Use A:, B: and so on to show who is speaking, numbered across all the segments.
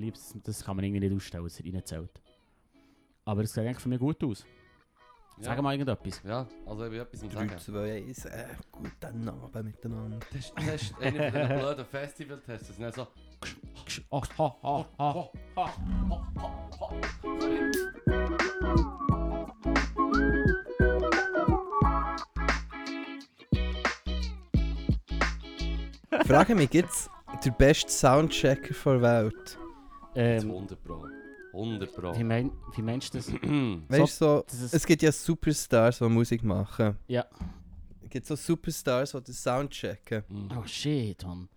A: liebst, das, das kann man irgendwie nicht ausstellen, dass er reinzählt. Aber es sieht eigentlich für mich gut aus.
B: Ja.
A: Sag mal irgendetwas.
B: Ja, also ich will etwas am
C: 3,
B: sagen.
C: 2, 1, äh, guten Abend miteinander.
B: Das ist, das ist einer von diesen blöden Festival-Tests. Das ist nicht so...
A: Ach, ha, ha, ha.
C: Frage mich, gibt es den besten Soundchecker der Welt?
B: Das
A: Ähm,
B: 100 Pro. 100 Pro.
A: wie, mein, wie meinst du das?
C: Weißt du, so,
A: Das ist-
C: es gibt ja Superstars, die Musik machen.
A: Ja.
C: Es gibt so Superstars, die den Sound checken.
A: Oh shit, Mann.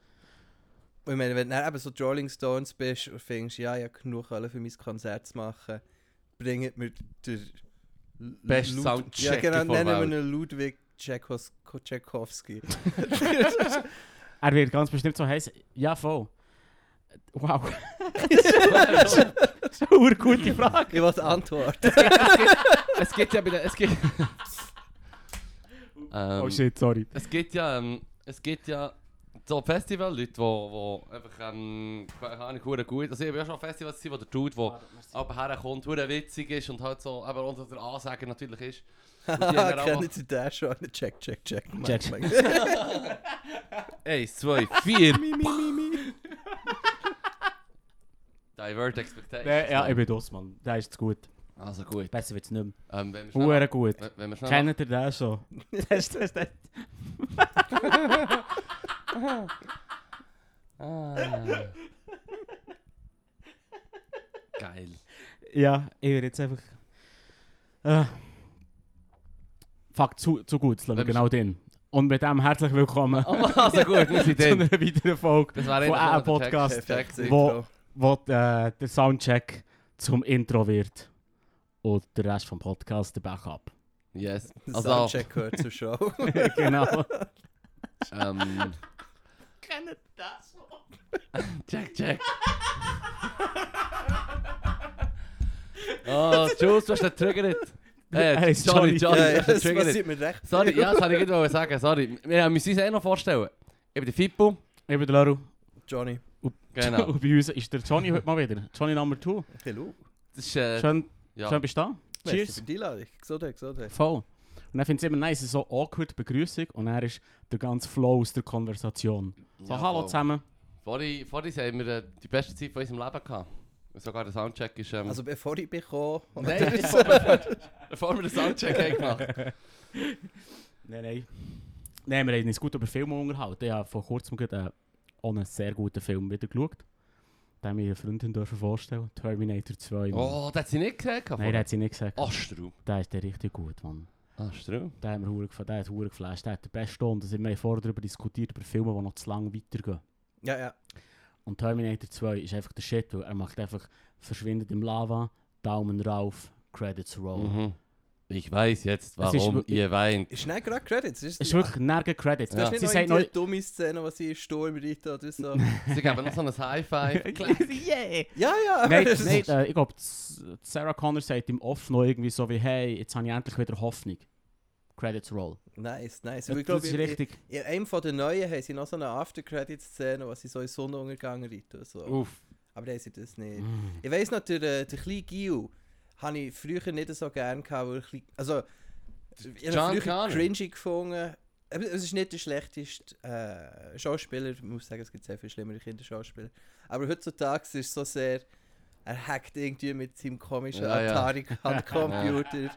C: Und ich meine, wenn du dann eben so die Rolling Stones bist und findest, ja, ich habe genug alle für mein Konzert zu machen, bringt mir der
B: Best
C: Lud-
B: Soundchecker
C: Ja, genau,
B: der
C: nennen
B: Welt.
C: wir ihn Ludwig Czechos Tschechowski.
A: Er wird ganz bestimmt so heißen. Ja, voll. Wow. das ist eine urgute Frage.
C: ich wollte antworten.
B: es gibt ja bei der... Es gibt... ähm,
A: Oh shit, sorry.
B: Es gibt ja, ähm, es gibt ja so Festival-Leute, wo, wo einfach, ähm, keine Ahnung, hure gut, also ich habe ja schon Festivals gesehen, wo der Dude,
A: Ah,
B: wo aber herkommt, hure witzig ist und halt so, aber unter der Ansager natürlich ist. Und die haben dann auch
C: Kennen Sie den schon? Check, check, check.
A: Check.
B: eins, zwei, vier. Divert Expectations.
A: Nee, ja, ich bin das, Mann. Der ist zu gut.
B: Also gut.
A: Besser wird's nicht mehr.
B: Ähm, wenn wir schnell,
A: Hure gut.
B: wenn- wenn wir schnell
A: Kennt ihr den schon? Das ist das, das.
B: Ah. Geil.
A: Ja, ich würde jetzt einfach. Äh, fuck, zu, zu gut, lassen wir
B: Wenn wir
A: genau den. Und mit dem herzlich willkommen
B: Also gut, wir sind
A: zu
B: drin.
A: einer weiteren Folge,
B: Das war eh
A: Von
B: eigentlich
A: einem
B: nur der
A: Podcast.
B: Text- Text-
A: Wo- wo äh, der Soundcheck zum Intro wird. Und der Rest vom Podcast der Backup.
B: Yes.
C: Also,
B: Also,
C: Soundcheck gehört zur Show.
A: genau.
B: ähm,
A: Kennt das schon?
B: Check, check. oh, Jules, du hast den getriggert.
A: Hey,
B: Hey, sorry,
A: sorry.
B: Johnny,
C: ja,
B: du
C: ja,
B: hast den
C: das
B: getriggert.
C: passiert mir recht.
B: Sorry, ja, das wollte ich gerade sagen, sorry. Wir müssen uns eh noch vorstellen. Ich bin der Fippo.
A: Ich bin der Laru.
C: Johnny.
B: Genau.
A: Und bei uns ist der Johnny heute mal wieder. Johnny Number 2.
C: Hallo.
B: Das ist, äh,
A: Schön,
B: ja.
A: schön bist du da.
C: Merci
A: Cheers.
C: für die Einladung. Gesundheit, Gesundheit.
A: Voll. Und dann finde ich es immer nice, so awkward Begrüßung und er ist der ganze Flow aus der Konversation. So,
B: Ja,
A: hallo
B: voll.
A: zusammen.
B: Vorhin, vorhin haben wir äh, die beste Zeit von unserem Leben gehabt. Sogar der Soundcheck ist... Ähm,
C: Also bevor ich bekomme...
B: Nein, bevor wir- bevor wir den Soundcheck haben gemacht
A: Nein, nein. Nein, wir haben uns gut über Filme unterhalten. Ich habe vor kurzem gerade einen, auch einen sehr guten Film wieder geschaut. Den meine Freundin dürfen vorstellen. Terminator 2. Mann.
B: Oh, das hat sie nicht gesehen.
A: nein, der hat sie nicht gesagt.
B: Oh. Astrum.
A: Der ist der richtig gut, Mann.
C: Ah,
B: Astrum.
A: Der hat mir hure gefallen. Der hat hure geflasht. Der hat den besten Stunde. Wir haben vorher darüber diskutiert, über Filme, die noch zu lange weitergehen.
C: Ja, ja.
A: Und Terminator 2 ist einfach der Shit, weil er macht einfach verschwindet im Lava, Daumen rauf, Credits roll.
B: Mhm. Ich weiß jetzt,
A: Es ist
B: warum
A: wirklich-
B: ihr weint.
C: Ist nicht gerade Credits. Ist,
A: Es ist wirklich nirgends Credits.
B: Ja.
C: Das
A: Ja.
C: ist
A: Sie
C: nicht
A: sagt
C: noch
A: noch...
C: eine dumme Szene, was sie im Sturm reitet oder so.
B: Sie geben noch so ein High Five.
A: yeah.
C: ja, ja.
A: Nein,
C: das
A: nein
C: ist-
A: äh, ich glaube, Sarah Connor sagt im Off noch irgendwie so wie, hey, jetzt habe ich endlich wieder Hoffnung. Credits roll.
C: Nice, nice.
A: Das, das
C: Ich glaube,
A: ist
C: in,
A: richtig.
C: in einem von den Neuen haben sie noch so eine After-Credits-Szene, was sie so in Sonnenuntergang reiten oder so.
A: Oh.
B: Uff.
C: Aber da haben sie das nicht.
A: Mm.
C: Ich weiss noch, der, äh, der kleine Gio habe ich früher nicht so gerne gehabt, weil ich... ein bisschen- Also, ich
B: John
C: habe ihn früher
B: Connor.
C: cringy gefunden. Aber Es ist nicht der schlechteste äh, Schauspieler. Ich muss sagen, es gibt sehr viel schlimmere Kinderschauspieler. Aber heutzutage ist es so sehr... Er hackt irgendwie mit seinem komischen
B: Ja, ja.
C: Atari-Handcomputer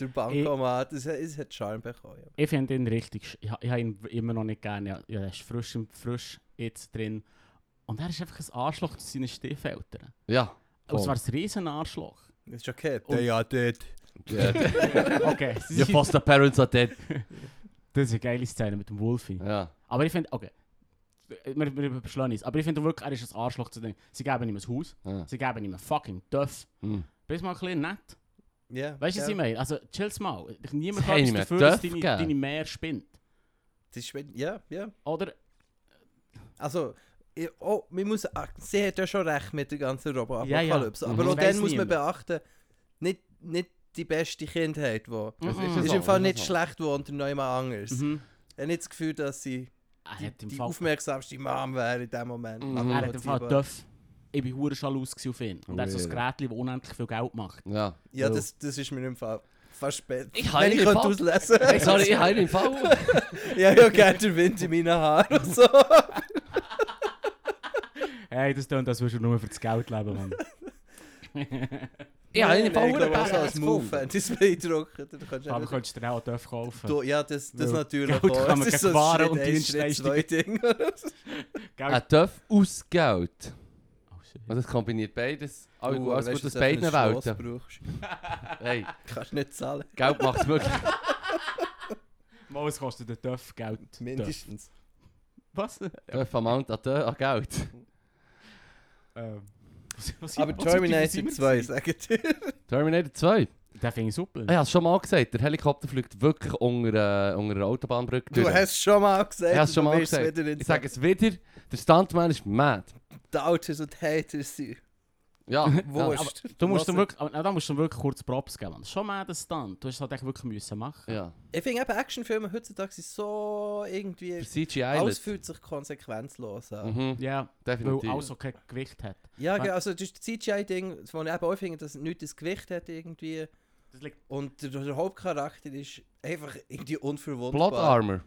C: der Bankomat. Es, es hat Charme bekommen.
A: Ich finde ihn richtig... sch- Ich, ha- ich habe ihn immer noch nicht gerne. Ja, er ist frisch, im- frisch jetzt drin. Und er ist einfach ein Arschloch zu seinen Stiefeltern.
B: Ja.
A: Und
B: Voll.
A: zwar ein riesen Arschloch.
C: Ist okay.
A: Und-
C: They are dead.
A: Okay,
B: äh, Your foster parents are dead.
A: das ist eine geile Szene mit dem Wolfie.
B: Ja.
A: Aber ich finde, okay, wir, wir beschlönen es. Aber ich finde wirklich, er ist ein Arschloch zu denken. Sie geben ihm ein Haus,
B: ja.
A: sie geben ihm ein fucking Dörf.
B: Hm.
A: Bist mal ein bisschen nett.
C: Ja.
A: Weißt du,
C: ja.
A: was ich meine? Also, chill's mal. Niemand
B: Sie haben
A: kann
B: ihm
A: etwas dafür,
B: ein Dorf
A: dass deine,
B: gegeben.
A: deine Mär spinnt.
C: Das ist, wenn- ja, ja.
A: Oder?
C: Also, ich- oh, man muss, ah, sie hat ja schon recht mit der ganzen
A: Ja, ja.
C: Robo-Apokalypse.
B: Mhm.
C: Aber auch
A: Das weiss
C: dann muss man
A: niemand.
C: beachten, nicht, nicht die beste Kindheit, die.
B: Das
A: Mhm.
B: so,
C: Ist im
B: das
C: Fall nicht
B: so.
C: schlecht wo unter jemand anders.
A: Mhm.
C: Ich habe nicht das Gefühl, dass sie
A: Er
C: die,
A: hat im
C: die
A: Fall,
C: aufmerksamste Mom wäre in dem Moment.
B: Mhm.
C: Aber
A: er hat im Fall
C: nachvollziehbar.
A: Dörf. ich bin hure schalus gewesen auf ihn. Und er ist so ein
B: Weird.
A: Gerät, das unendlich viel Geld macht.
B: Ja.
C: Ja,
A: Ja.
C: das, das ist mir im Fall fast spät.
B: Ich habe
C: Wenn
B: ihn
C: ich könnte
B: gefasst.
C: auslesen.
B: Hey, sorry, ich habe ihn im Fall.
C: ich habe ja gerne den Wind in meinen Haaren und so.
A: Hey, das tönt, als würdest du nur für das Geld leben, Mann.
B: Ich habe ihn im Fall
C: ich glaube,
B: verdammt
C: auch so als
B: badass
C: Move
B: gefunden.
C: fand ich es beeindruckend. Du kannst
A: Aber
C: einfach-
A: könntest du dir auch einen Dörf kaufen.
C: Du- Ja, das, das
A: Weil
C: natürlich
A: Geld kann man
C: Es ist
A: gegen
C: so ein
A: Waren und
C: Schritt eins, Schritt
A: Dienstleistungen.
C: zwei Dinge.
A: Gell?
B: Ein Töff aus Geld.
A: Oh, shit.
B: Und das kombiniert beides. Alles
C: Uh,
B: gut, alles
C: weißt
B: gut aus
C: du, was du für
B: beiden
C: ein Schloss
B: Welten.
C: brauchst?
B: Hey,
C: Kannst nicht zahlen.
B: Geld macht es möglich.
A: Mal, es kostet ein Dörf Geld. Dörf.
C: Mindestens.
A: Was?
B: Töff amount an Tö- an Geld.
A: Ähm, was- was-
C: Aber
A: was- was-
C: Terminator
A: sind wir
C: 2,
A: gewesen?
C: sagt ihr.
B: Terminator 2.
A: Den finde ich super.
B: Ich habe es schon mal gesagt, der Helikopter fliegt wirklich unter, äh, unter einer Autobahnbrücke
C: Du
B: durch.
C: hast schon mal gesagt,
B: Ich hab's schon
C: du
B: mal
C: wirst
B: gesagt.
C: wieder in
B: Ich sage es wieder, der Stuntman ist mad.
C: Doubters und Haters sein.
B: Ja, ja, aber-
C: Wurscht.
A: Du musst ihm
C: Lass-
A: wirklich, aber da musst du ihm wirklich kurz Props geben. Mann. Schon mal den Stunt. Du hast es halt echt wirklich müssen machen.
B: ja.
C: Ich finde eben Actionfilme heutzutage sind so
B: Der
C: irgendwie.
B: CGI Island.
C: Alles fühlt sich konsequenzlos an.
B: Mhm,
A: Ja, weil
B: definitiv.
A: alles so kein Gewicht hat.
C: Ja, genau, also das ist das CGI-Ding, das ich eben auch finde, dass nichts das Gewicht hat irgendwie.
A: Das liegt
C: Und der, der Hauptcharakter ist einfach irgendwie unverwundbar.
B: Plot Armor.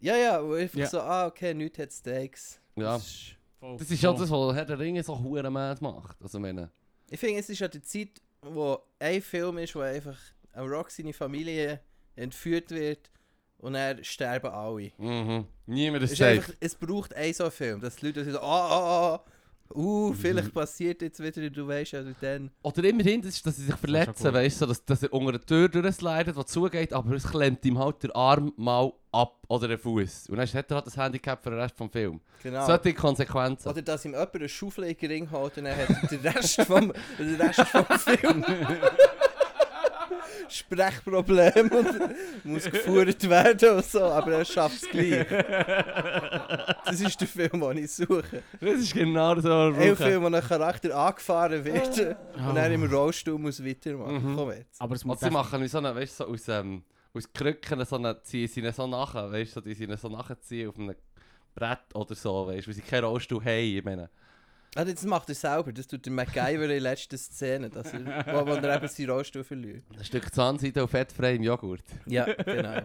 C: Ja, ja, und einfach
A: Ja.
C: so, ah, okay, nichts hat Stakes.
B: Ja.
C: Das ist,
A: voll.
B: Das ist ja das, was Herr der Ringe so hure mad macht. Also, ich meine,
C: ich finde, es ist ja die Zeit, wo ein Film ist, wo einfach am Rock seine Familie entführt wird und er sterben alle.
B: mhm. niemand
C: Es,
B: ist
C: ist
B: safe.
C: einfach, es braucht einen so einen Film, dass die Leute so, ah, ah, ah, uh,
B: Mhm.
C: vielleicht passiert jetzt wieder, du weißt ja, dann.
B: Oder immerhin, das ist, dass sie sich
A: schon gut.
B: verletzen, weißt du, so, dass, dass er unter der Tür durchslidet, die zugeht, aber es klemmt ihm halt der Arm mal ab oder den Fuß. Und dann hat er halt das Handicap für den Rest des Films.
C: Genau.
B: Solche Konsequenzen.
C: Oder dass ihm jemand eine Schaufel in den Ring hält und dann hat der Rest vom, der Rest vom Film Sprechproblem und muss gefuhrt werden und so, aber er schafft es gleich. Das ist der Film, den ich suche.
B: Das ist genau das, was wir
C: Ein
B: brauchen.
C: Film, wo ein Charakter angefahren wird und er im Rollstuhl muss weitermachen.
B: Mhm.
C: Komm jetzt.
A: Aber es muss
B: Also sie machen wie so eine, weißt du, so aus, ähm, aus Krücken so eine, ziehen sie ihn so nachher, weißt du, so, die sie ihn so nachziehen auf einem Brett oder so, weißt du, weil sie keinen Rollstuhl haben, ich meine.
C: Also das macht er selber, das tut der MacGyver in der letzten Szene, dass er, wo, wo er eben seinen Rollstuhl verliert.
B: Ein Stück Zahnseide auf fettfrei im Joghurt.
C: Ja, genau.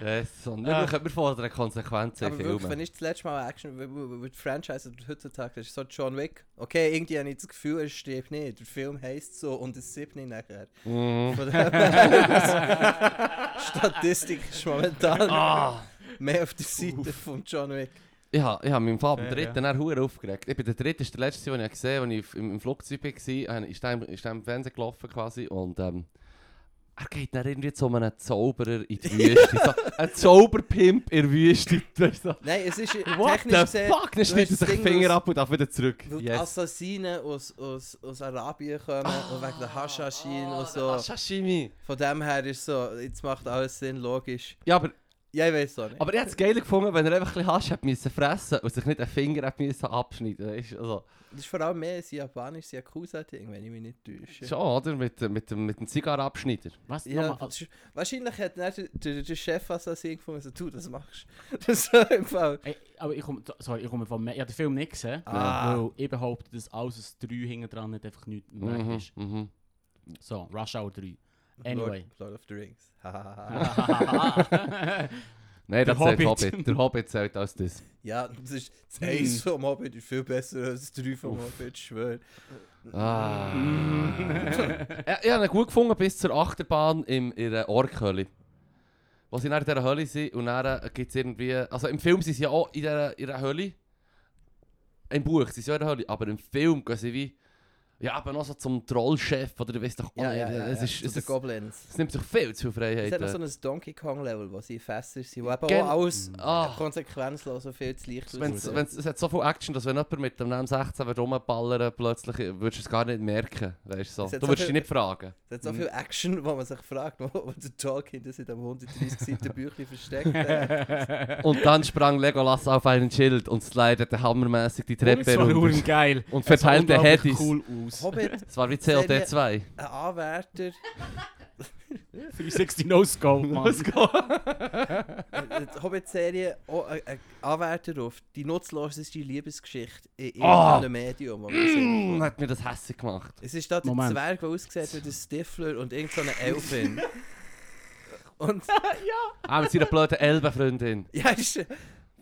B: Das ist so,
A: Ah.
B: wir können wir fordern Konsequenzen in
C: Aber wirklich, wenn
B: Filmen.
C: ich das letzte Mal Action w- w- w- die Franchise oder heutzutage das ist so John Wick. Okay, irgendwie habe ich das Gefühl, er stirbt nicht. Der Film heisst so und es sieht nicht nachher.
B: Mhm.
C: Von dem her- Statistik ist momentan
B: Ah!
C: mehr auf der Seite von John Wick.
B: Ja, ich habe meinen Vater am
A: Fair, ja.
B: dritten ja. Huren aufgeregt. Ich bin der dritte, ist der letzte, den ich gesehen habe, als ich im, im Flugzeug war. Äh, Ist der, im- ist der im Fernsehen gelaufen quasi und ähm, er geht dann irgendwie zu einem Zauberer in die Wüste. so, ein Zauberpimp in der Wüste. Weißt du, so,
C: Nein, es ist
B: What
C: technisch
B: the
C: gesehen,
B: fuck? Dann
C: du
B: schneidet er
C: hast
B: sich
C: das
B: den
C: Ding,
B: Finger
C: dass-
B: ab und darf wieder zurück.
C: weil die
B: Yes.
C: Assassinen aus, aus, aus Arabien kommen und äh, wegen der Hashashin und so.
B: Ah, Sashimi.
C: Von dem her ist so, jetzt macht alles Sinn, logisch.
B: Ja, aber,
C: Ja, ich weiß auch nicht.
B: aber ich hätte es geil gefunden, wenn er einfach ein bisschen Hasch hätte müssen fressen und sich nicht einen Finger hätte müssen abschneiden müssen. Also,
C: Das ist vor allem mehr ein japanisches Yakuza-Ding, wenn ich mich nicht täusche.
B: schon, oder? Mit, mit, mit, dem- mit dem Zigarrenabschneider.
A: Was?
C: Ja,
A: Nochmal,
C: das ist- wahrscheinlich hat dann der, der, der Chef Assassin gefunden, so, du, das machst du. Das war im Fall.
A: Ey, aber ich komme, oh, sorry, ich komme von mehr. Ich habe den Film nicht gesehen,
C: Ah.
A: weil ich behaupte, dass alles das 3 hinten dran nicht einfach nichts mehr
B: Mhm,
A: ist.
B: mhm.
A: So, Rush Hour 3. Anyway.
C: Lord, Lord of the Rings.
B: Ah.
C: Hahaha. Ah.
A: Nein, Der
B: Nein, der Hobbit.
A: Hobbit.
B: Hobbit. Der Hobbit zählt als das.
C: ja, das ist das
B: Hm.
C: Eis vom Hobbit ist viel besser als das 3 vom Hobbit, ich schwör.
B: Ah.
A: Mhm. Mm.
B: ich, ich habe ihn gut gefunden bis zur Achterbahn im, in der Orkhöhle. Wo sie nach dieser Hölle sind und dann gibt es irgendwie... Also im Film sind sie ja auch in dieser, in dieser Hölle. Im Buch sind sie ja in der Hölle, aber im Film gehen sie wie... Ja, aber noch so zum Trollchef oder du weißt doch... Oh, es, ist,
C: zu
B: es,
C: den
B: ist,
C: Goblins.
B: es nimmt sich viel zu
C: Es
B: Freiheit.
C: hat noch so ein Donkey Kong-Level, wo sie fester sind, wo eben
B: Gen-
C: auch alles
B: Ah.
C: konsequenzlos und viel zu leicht
B: Wenn's,
C: aussieht.
B: wenn's, es hat so viel Action, dass wenn jemand mit dem Namen 16 wird rumballern plötzlich würdest du es gar nicht merken. Weißt, so.
C: Es
B: Du
C: hat so
B: würdest dich
C: viel-
B: nicht fragen.
C: Es hat so viel Action, wo man sich fragt, wo, wo der Tolkien das in dem 130 Seiten Büchlein versteckt hat.
B: Und dann sprang Legolas auf einen Schild und slidete hammermäßig die Treppe runter.
A: Und geil.
B: Und verteilte
A: Unglaublich
B: Headies.
A: cool aus.
C: Hobbit
B: Es war wie CLD 2.
C: ein Anwärter
A: 360 No Scope, Mann.
B: Let's go.
C: Äh, Die Hobbit-Serie, auch ein ein Anwärter auf die nutzloseste Liebesgeschichte in
A: Ah.
C: irgendeinem Medium. das wir sehen.
B: Mm, hat mir das hässlich gemacht.
C: Es ist da der
A: Moment.
C: Zwerg, der aussieht wie der Stifler und irgend so eine Elfin. und,
B: Ah, mit seiner blöden Elbenfreundin.
C: ja, ist, es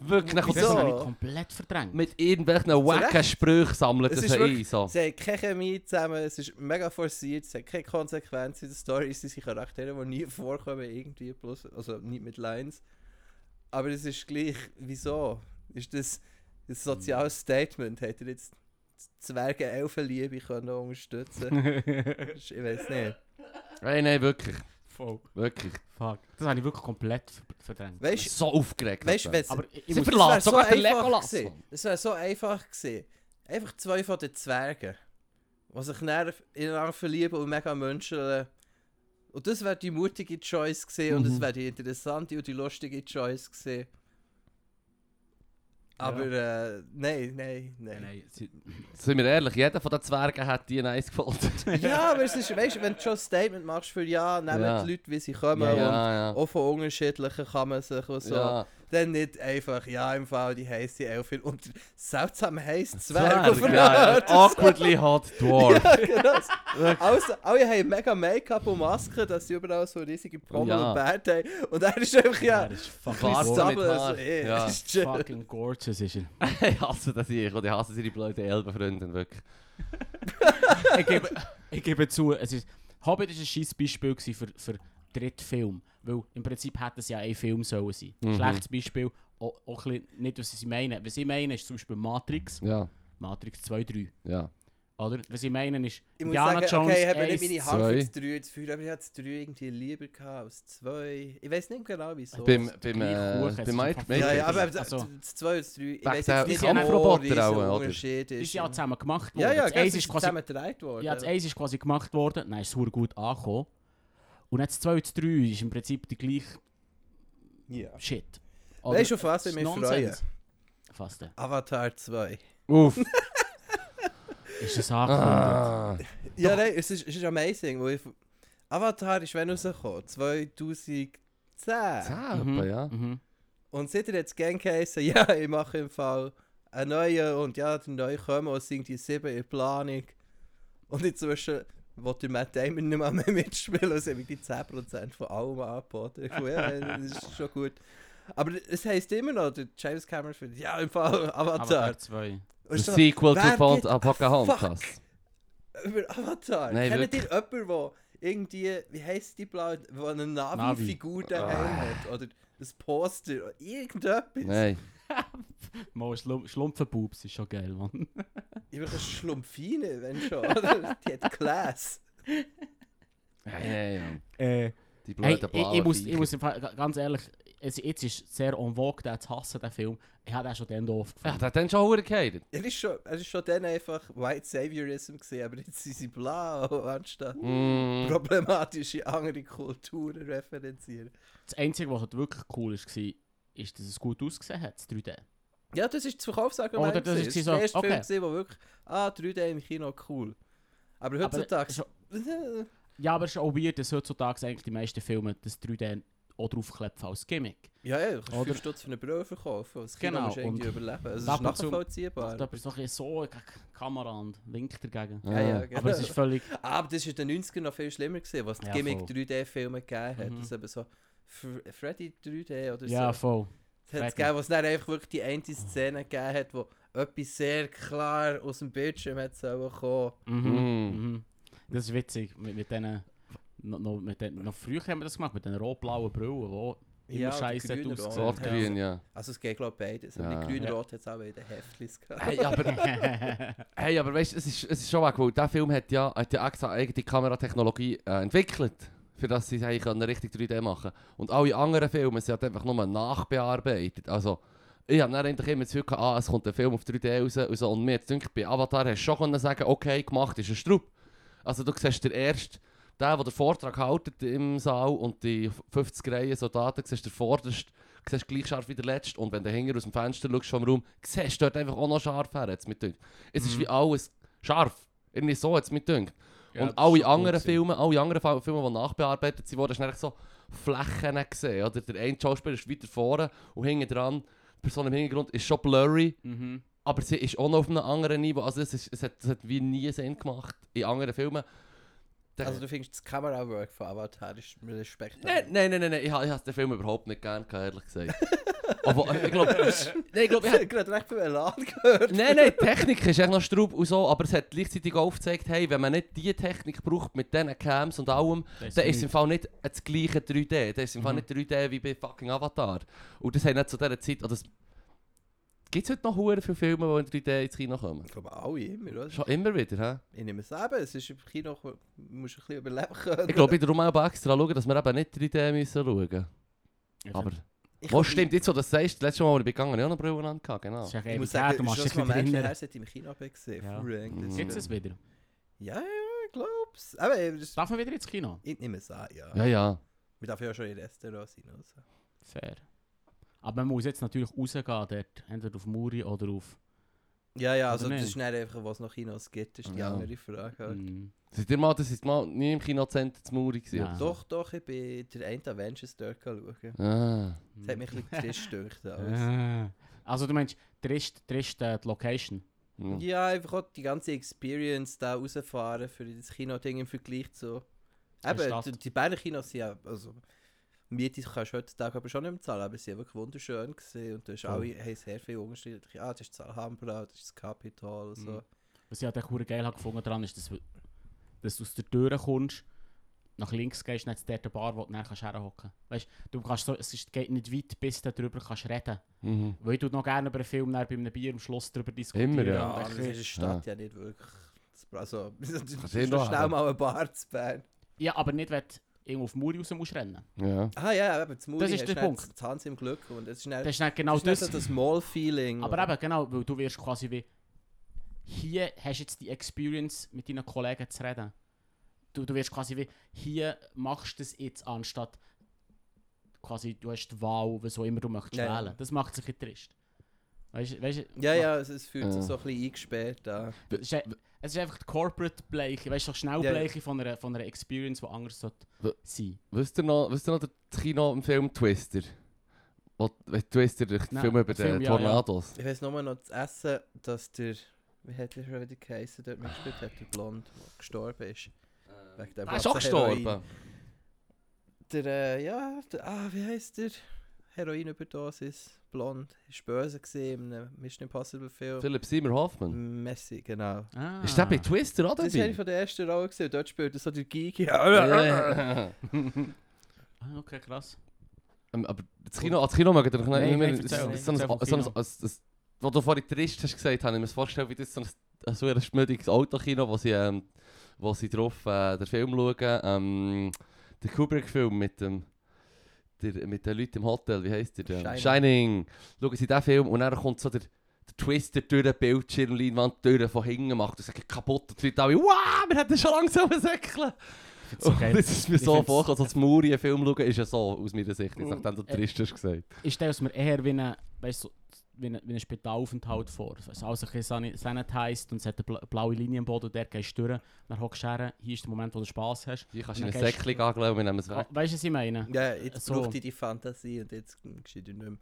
B: Wirklich,
A: Das
C: Wieso?
B: so.
A: habe ich komplett verdrängt.
B: Mit irgendwelchen wacken
C: Recht.
B: Sprüchen sammelt er
C: ist
B: sie ein.
C: wirklich,
B: So.
C: sie haben keine Chemie zusammen, es ist mega forciert, es hat keine Konsequenzen in der Story, es sind Charaktere, die nie vorkommen irgendwie, bloß, also nicht mit Lines. Aber es ist gleich, wieso? Ist das ein soziales Statement? Hätte er jetzt Zwerge-Elfenliebe können unterstützen Ich weiß nicht.
B: Nein, nein, wirklich.
A: Voll.
B: Wirklich.
A: Fuck. Das habe ich wirklich komplett ver- verdrängt.
C: Weißt du,
B: So aufgeregt.
C: Weißt du,
B: das
C: wenn's-
A: Aber ich, ich
B: Sie
A: muss...
B: verla- Lass,
C: Das wäre so
B: sogar der
C: einfach
B: Legolas,
C: gewesen.
B: Mann.
C: Das wäre so einfach gewesen. Einfach zwei von den Zwergen, die sich dann ineinander verlieben und mega menscheln. Und das wäre dus die mutige Choice gewesen und
B: Mhm.
C: das wäre die interessante und die lustige Choice gewesen. Aber äh, nein, nein,
A: Nein,
C: nein.
A: nein, sie-
B: ist- Sind wir ehrlich, jeder von den Zwergen hat die nice gefunden.
C: Ja, aber es ist, weißt du, wenn du schon ein Statement machst für ja, nehmen
B: Ja.
C: die Leute, wie sie kommen
A: Ja,
C: und
B: ja.
C: auch von unterschiedlichen kann man sich und Oh, so.
B: ja.
C: Dann nicht einfach, ja, im Fall die heiße Elfin und der seltsam heiß Zwerg.
B: Zwerg,
C: auf der
B: ja.
C: Erde.
B: Awkwardly hot dwarf.
C: Ja, genau. Also, alle haben mega Make-up und Masken, dass sie überall so riesige Pommel
B: Ja.
C: und Bärte haben. Und er ist einfach, ja,
A: das ist
B: Ein
A: fucking,
B: bisschen
A: gorgeous.
B: Haar
C: Stabel.
B: mit Haar.
C: Also, eh,
B: Ja.
C: ist chill.
A: fucking gorgeous ist er.
B: ich hasse das ich und ich hasse seine blöden Elbenfreundin, wirklich.
A: ich, gebe, ich gebe zu, es ist, Hobbit war ein scheiß Beispiel gewesen für, für dritten Film. Weil im Prinzip hätte es ja ein Film sollen sein.
B: Mhm.
A: Schlechtes Beispiel, auch, auch ein bisschen nicht, was sie meinen. Was sie meinen, ist zum Beispiel Matrix.
B: Ja,
A: Matrix 2, 3.
B: ja.
A: Oder? Was sie meinen ist
C: Ich muss
A: Indiana
C: sagen,
A: Jones
C: okay, ich habe
A: 1.
C: nicht meine Hand für
B: zwei.
C: das 3 ins Feuer, aber ich hatte das 3 irgendwie lieber gehabt als 2. Ich weiß nicht genau wieso.
B: Beim, beim,
A: gleich hoch,
B: äh,
A: es
B: beim
A: ist
B: Might
A: einfach-
C: ja, ja, aber
A: Also-
C: das 2 und das 3, ich
B: Wegen
C: weiß
B: der
C: jetzt nicht, genau, wo
B: Kampfroboter
C: dieser
B: auch, oder?
C: Unterschied
A: ist
C: ist.
A: ja zusammen gemacht worden.
C: ja, ja,
A: das
C: gell,
A: eins
C: es
A: ist
C: ist
A: quasi,
C: zusammen gedreht worden.
A: ja, das 1 ist quasi gemacht worden. Nein, ist super gut angekommen. Und dann das 2 und das 3 ist im Prinzip der gleiche
C: Ja.
A: Shit.
C: Weißt du, auf was ich
A: ist
C: mich freue?
A: Nonsens. Fast. äh,
C: Avatar 2.
B: Uff.
A: Ist das angekündigt?
B: Ah.
C: Ja, nein, es ist, es ist amazing. Weil ich, Avatar ist wenn rausgekommen, 2010.
B: Zerben, ja.
A: Mhm.
C: Und seht ihr jetzt gern geheißen, ja, ich mache im Fall einen neuen und ja, der neue kommen und sind die sieben in Planung. Und inzwischen will der Matt Damon nicht mehr mitspielen, also habe ich die 10% von allem angeboten. Ich fand, ja, das ist schon gut. Aber es heisst immer noch, der James Cameron findet, ja, im Fall Avatar.
A: Avatar 2.
C: Und
B: The
C: ich so,
B: Sequel
C: wer
B: zu Pont
C: gibt a
B: Pocahontas.
C: fuck? Über Avatar.
B: Nein,
C: Kennt ihr jemanden, der irgendwie, wie heisst die Blau, der eine Navi-Figur daheim
A: Ah.
C: hat? Oder ein Poster? Oder irgendetwas?
B: Nein.
A: Mal Schlum Schlumpfenbubs ist schon geil, Mann.
C: Ich eine Schlumpfine, wenn schon. Oder? Die hat Class.
B: Nein, nein, Mann.
A: Äh, hey,
B: Die blöden
A: ich,
B: blauen
A: ich, muss, ich
B: Viecher.
A: muss im Fall- ga- ganz ehrlich, es, jetzt ist sehr en vogue, den zu hassen, den Film. Ich habe den schon dann doof
B: Ja,
A: gefunden.
B: der hat dann schon verdammt gehatet.
C: Er ist schon, er ist schon dann einfach White Saviorism gesehen, aber jetzt sind sie blau, anstatt
B: Mm.
C: problematische andere Kulturen referenzieren.
A: Das Einzige, was halt wirklich cool ist, war, ist, dass es gut ausgesehen hat, das 3D.
C: Ja, das ist das Verkaufsargument.
A: Oder das
C: gewesen.
A: ist
C: das
A: so,
C: war der erste
A: okay.
C: Film, gewesen, wo wirklich, ah, 3D im Kino, cool. Aber
A: Aber
C: heutzutage.
A: so- Ja, aber es ist auch weird, dass heutzutage eigentlich die meisten Filme das 3D auch draufkleppen als Gimmick.
C: Ja, ja, du kannst
A: Oder-
C: 5 Stutz für eine Brille verkaufen. Das Kino
A: Genau,
C: musst du irgendwie
A: und
C: überleben. Also,
A: ab
C: das ist
A: und zu-
C: nachvollziehbar.
A: Da ist noch ein bisschen so, K- K- Kamera und winkt dagegen.
C: ja, ja, genau.
A: Aber es ist völlig...
C: Ah, aber das war in den 90ern noch viel schlimmer, gewesen, was die
A: Ja,
C: Gimmick
A: voll.
C: 3D-Filme gegeben hat.
A: Mhm.
C: Das eben so Fr Freddy 3D oder
A: Ja,
C: so.
A: voll.
C: Das hat es
A: Freddy.
C: gegeben, wo es dann einfach wirklich die eine Szene gegeben hat, wo etwas sehr klar aus dem Bildschirm hat sollen kommen.
A: Mhm.
B: Mm.
A: Mhm. Das ist witzig, mit, mit denen... Noch, noch, mit den, noch früher haben wir das gemacht, mit den rot-blauen Brillen, wo immer ja,
C: Ja, oder
A: scheiße hat
C: grüner
A: ausgesehen.
C: Rot.
B: Grün, ja.
C: Also es geht glaube ich beides. Und
B: Ja.
C: die grüne
A: Ja.
C: Rot hat es auch in den Heftlis gehabt.
B: Hey, aber, hey, aber weißt du, es ist, es ist schon weg, weil der Film hat ja, hat ja extra eigene Kameratechnologie äh, entwickelt, für das sie hey, können richtig 3D machen Und alle anderen Filme sind halt einfach nur nachbearbeitet. Also, ich habe dann eigentlich immer das Gefühl, gehabt, ah, es kommt ein Film auf 3D raus, raus und mir jetzt denkt, bei Avatar hast du schon können sagen, okay, gemacht ist ein Strupp. Also du siehst den ersten, der, der den Vortrag haltet im Saal und die 50 Reihen Soldaten, siehst der vorderste, siehst gleich scharf wie der letzte und wenn du hinten aus dem Fenster schaust vom Raum, siehst du dort einfach auch noch scharf her, hat's mir gedacht. Es ist wie alles scharf, irgendwie so hat es mir gedacht.
A: Ja,
B: und
A: das ist
B: alle
A: schon
B: anderen
A: cool
B: Filme, alle anderen Fa- Filme, die nachbearbeitet wurden, hast du dann so Flächen gesehen. Oder der eine Schauspieler ist weiter vorne und hinten dran, die Person im Hintergrund ist schon blurry,
A: Mhm.
B: aber sie ist auch noch auf einem anderen Niveau. Also es, ist, es, hat, es hat wie nie Sinn gemacht in anderen Filmen. Der-
C: Also du findest das Kamerawork von Avatar ist Respekt.
B: Nein, nein, nein, nein, nein, ich habe den Film überhaupt nicht gern gehabt, ehrlich gesagt. Aber ich glaube, nein, ich glaube, ich hab-
C: Ich habe gerade recht viel Elan gehört.
B: Nein, nein, die Technik ist echt noch straub und so, aber es hat gleichzeitig auch aufgezeigt, hey, wenn man nicht diese Technik braucht mit diesen Cams und allem, dann ist es im Fall nicht das gleiche 3D. Dann ist es im Fall
A: Mhm.
B: nicht 3D wie bei fucking Avatar. Und das haben nicht zu dieser Zeit... Oder es gibt heute noch verdammt viele Filme, die in 3D ins Kino kommen?
C: Von alle immer, oder?
B: Schon immer wieder, hä?
C: Ich nehme es eben, es ist im Kino, du musst ein bisschen überleben können.
B: Ich glaube, ich darum auch extra schauen, dass wir eben nicht 3D müssen schauen.
A: Ja,
B: Aber...
C: Ich-
B: Was stimmt, jetzt wo du das sagst, letztes Mal, als ich gegangen bin, habe ich auch noch Brillen angehabt, genau.
A: Das ist ja
C: Ich
A: eben
C: muss
A: klar, du
C: sagen, das
A: machst
C: ist
A: dich
C: schon ein
A: wieder
C: Moment her,
A: erinnern.
C: als ich im Kino bin gesehen.
A: Ja.
C: Früher eigentlich.
A: Jetzt ist es wieder.
C: Ja, ja, ich glaube es. Aber eben, das-
A: Darf man wieder ins Kino?
C: ich nehme es an, ja.
B: Ja, ja.
C: Wir dürfen ja schon in Restaurants sein. Also.
A: Fair. Aber man muss jetzt natürlich rausgehen dort. Entweder auf Muri oder auf...
C: Ja, ja,
A: Oder
C: also das
A: nicht?
C: ist nicht einfach, was noch Kinos gibt, das ist die
B: Ja.
C: andere Frage. halt.
A: Mhm.
B: Seid ihr mal, das ist mal nie im Kinozentrum zu Muri gewesen?
A: Nein.
C: Doch, doch, ich bin der einen Avengers dort schauen.
B: Ah.
C: Das hat mich ein bisschen trist gedünkt. alles.
A: Ah. Also du meinst, trist, trist äh, die Location.
B: Ja.
A: Hm.
C: Ja, einfach auch die ganze Experience da rausfahren für das Kino-Ding im Vergleich zu.
A: Zur
C: Eben,
A: Stadt.
C: die, die Berner Kinos sind ja. Also, Miete kannst du heutzutage aber schon nicht mehr zahlen, aber sie sind wirklich wunderschön gesehen und du hast
A: Voll.
C: alle haben sehr viel unterschiedliche. Ah, das ist das Alhambra, das ist das Capitol und so.
A: Mhm. Was ich halt echt verdammt geil habe gefunden daran ist, dass, du- dass du aus der Tür kommst, nach links gehst, dann ist dort eine Bar, wo du dann kannst herhocken kannst. Weißt du, kannst so, es ist- geht nicht weit, bis du darüber kannst reden
B: Mhm.
A: Weil ich tu noch gerne über einen Film dann bei einem Bier am Schluss darüber diskutieren.
B: Immer, ja.
C: Ja,
A: und
C: aber
A: ein
C: das ist
A: bisschen-
C: eine Stadt ja, nicht wirklich. das- Also, das ist
B: Kannst du
C: schon
B: eh noch
C: schnell
B: haben.
C: mal ein Bar zu Bern.
A: ja, aber nicht, wenn du irgendwo auf die Mauer raus musst rennen.
B: Ja.
C: Ah ja, eben, das Muri
A: ist
C: hast
A: der
C: dann
A: Punkt.
C: das Tanz im Glück und es ist dann,
A: Das ist dann genau
C: das, ist dann
A: das.
C: so das Mall-Feeling.
A: Aber
C: oder?
A: eben, genau, weil du wirst quasi wie... Hier hast du jetzt die Experience, mit deinen Kollegen zu reden. Du, du wirst quasi wie... Hier machst du es jetzt, anstatt... Quasi, du hast die Wahl, was auch immer du möchtest
C: Ja, ja.
A: wählen. Das macht sich ein bisschen trist. Weißt du, weißt du...
C: Ja, ja, es, es fühlt sich
B: Ja.
C: so ein bisschen eingesperrt an.
A: Es ist, ein- es ist einfach die corporate Bleiche, weißt du, so schnell
C: Ja, ja.
A: Bleiche von einer, von einer Experience, die anders sollte
B: W-
A: sein.
B: Wisst ihr noch, wisst ihr noch den Kino im Film Twister? Wo, wenn Twister durch den
A: Nein,
B: Film über den
A: Film, ja,
B: Tornados.
C: Ich weiß nur noch zu essen, dass der. Wie hat der schon wieder geheißen, dort mitgespielt hat, der Blond, der gestorben ist. Wegen der
B: Er Ah, ist auch
C: ganzen Heroin.
B: gestorben.
C: Der, äh, ja, der, ah, wie heißt der? Heroinüberdosis, blond, ist böse gesehen im Mission Impossible Film.
B: Philipp Seymour Hoffman.
C: Messi, genau.
A: Ah.
B: Ist der bei Twister auch
C: Das ist eine
B: dabei?
C: von der ersten Rollen gesehen, dort spielt er so der Geek.
B: Ja.
A: Ah, okay, krass.
B: Ähm, Aber das Kino, das Kino mögen wir noch
A: Nein,
B: immer.
A: nein,
B: es-
C: erzähl,
B: es- so ein-
A: erzähl vom
B: so ein-
A: Kino.
B: es- es- Wo du vorhin trist hast gesagt, habe ich mir das vorgestellt, wie das so ein, äh, so ein schmüdiges Autokino, wo sie, ähm, wo sie drauf äh, den Film schauen. Ähm, der Kubrick-Film mit dem. Der, mit den Leuten im Hotel, wie heisst der? denn? Shining. Schauen sie diesen Film und dann kommt so der, der Twister durch den Bildschirm, Leinwand durch, von hinten macht und sagt kaputt. Und die Leute alle, wow, wir hätten schon langsam säckeln.
A: Ich find's so
B: So
A: geil.
B: Oh, das ist mir
A: Ich
B: so
A: find's-
B: vorgekommen, als Muri einen Film schauen, ist ja so, aus meiner Sicht, jetzt, nachdem du
A: Äh,
B: trist hast gesagt.
A: ich stelle es mir eher wie einen weißt, so, wie eine, wie einen Spitalaufenthalt vor. Es ist alles ein bisschen sani- sanitized und es hat eine bla- blaue Linie am Boden und der gehst du durch. Dann hockst du her, hier ist der Moment, wo du Spass hast.
B: Hier kannst
A: Und
B: du in
A: dann
B: ein
A: gehst-
B: Säckchen gehen, glaube ich, wir nehmen es weg.
A: Weißt du, was ich meine?
C: Ja, jetzt
A: So.
C: braucht ihr die Fantasie und jetzt hm, geschieht ihr nicht mehr.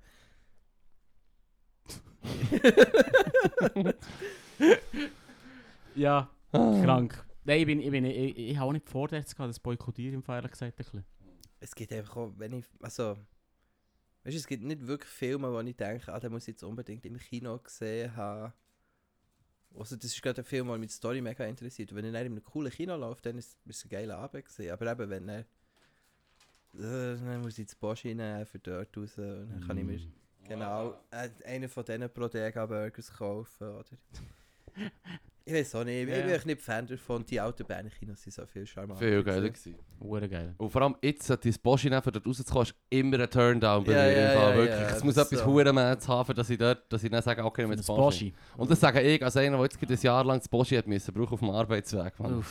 A: Ja,
B: Ah.
A: krank. Nein, ich, bin, ich, bin, ich, ich, ich habe auch nicht vor, dort zu gehen. Das boykottiere ich im Fall ehrlich gesagt ein bisschen.
C: Es gibt einfach auch, wenn ich, also, weißt du, es gibt nicht wirklich Filme, wo ich denke, ah, den muss ich jetzt unbedingt im Kino gesehen haben. Also, das ist gerade ein Film, der mich die Story mega interessiert. Und wenn er dann in einem coolen Kino läuft, dann ist ist es ein geiler Abend gewesen. Aber eben, wenn er, äh, dann muss ich ins Bosch hinein, für dort raus, und dann kann ich mir
B: Mm.
C: genau äh, einen von diesen Prodega-Burgers kaufen, oder? Ich weiß auch nicht, ich
A: Ja.
C: bin echt nicht Fan davon, die alten Berner Kinos sind so viel charmant.
B: Viel geiler gewesen.
A: Hure geil.
B: Und vor allem jetzt, äh, dein Bosch hinein, für dort rauszukommen, ist immer ein Turndown bei
C: Ja,
B: mir.
C: ja,
B: im Fall,
C: ja,
B: wirklich.
C: ja,
B: es
C: das
B: muss
C: ist
B: etwas
C: so.
B: Hurenmänz haben, dass ich dort, dass ich dann sage, okay, wir
A: Mit
B: jetzt
A: das
B: Bosch.
A: Boschi.
B: Und das sage ich als einer, der jetzt gerade ein Jahr lang das Bosch hat müssen, brauchen auf dem Arbeitsweg. Mann.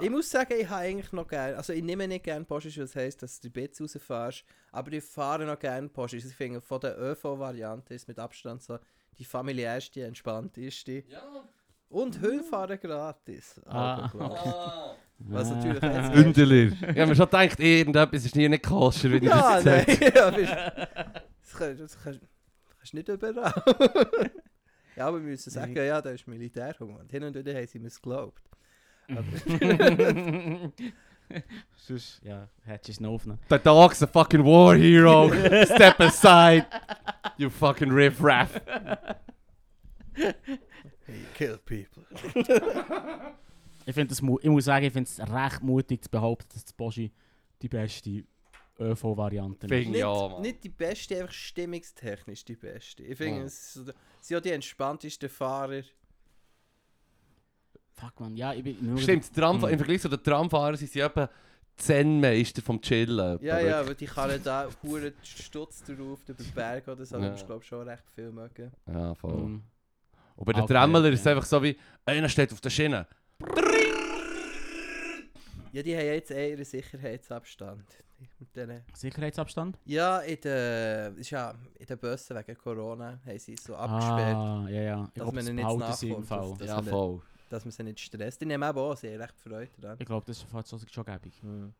C: Ich muss sagen, ich habe eigentlich noch gerne, also ich nehme nicht gerne Porsche, weil es heisst, dass du die Bits rausfährst, aber ich fahre noch gerne Porsche. Also Ich finde, von der ÖV-Variante ist mit Abstand so die familiärste, entspannteste. Und Höhenfahren gratis.
A: Ah.
C: Aber klar. Was natürlich jetzt.
B: Ündeler. Ich habe mir schon gedacht, irgendetwas ist hier nicht koscher, wie ich
C: Ja,
B: das
C: nein.
B: jetzt sage.
C: ja, bist- das kannst das kannst- das kannst du nicht überall. ja, aber wir müssen sagen, ja, da ist Militärhumor. Und hin und wieder haben sie mir es geglaubt.
A: Sonst, ja, hättest du es noch aufgenommen.
B: The dog's a fucking war hero. Step aside, you fucking riffraff.
C: Hey, kill people.
A: Ich, find das, mu- ich muss sagen, ich finde es recht mutig zu behaupten, dass das Boschi die beste ÖV-Variante ist.
B: Fing
C: Nicht,
B: ja, Mann.
C: nicht die beste, einfach stimmungstechnisch die beste. Ich finde,
B: Ja.
C: es so- sind ja die entspanntesten Fahrer.
A: Fuck man, ja, ich bin nur.
B: Stimmt, die Tramf-
A: Mhm.
B: im Vergleich zu den Tramfahrern sind sie etwa Zen-Meister vom Chillen.
C: Ja,
B: Aber-
C: ja, weil die kann da huren Stutz drauf, über den Berg oder so.
B: Ja.
C: Da musst du, glaube ich, schon recht viel mögen.
B: Ja, voll.
A: Mhm.
B: Und bei den
A: Okay,
B: Trammelern ist es
A: ja.
B: einfach so wie, einer steht auf der Schiene.
C: Ja, die haben jetzt eher einen Sicherheitsabstand. Mit denen.
A: Sicherheitsabstand?
C: Ja, in den, ist ja, in den Bussen wegen Corona haben sie so abgesperrt,
A: Ah, ja, ja. Ich
C: Dass
A: glaube,
C: man
A: das
C: ihnen nicht
A: behalten sie im
C: nachkommt
A: Fall.
C: auf das-
B: Ja,
C: sind-
B: voll.
C: dass man sie nicht stresst. Ich nehme eben auch sehr recht Freude daran.
A: Ich glaube, das ist fast so schon gäbig.
C: Hm.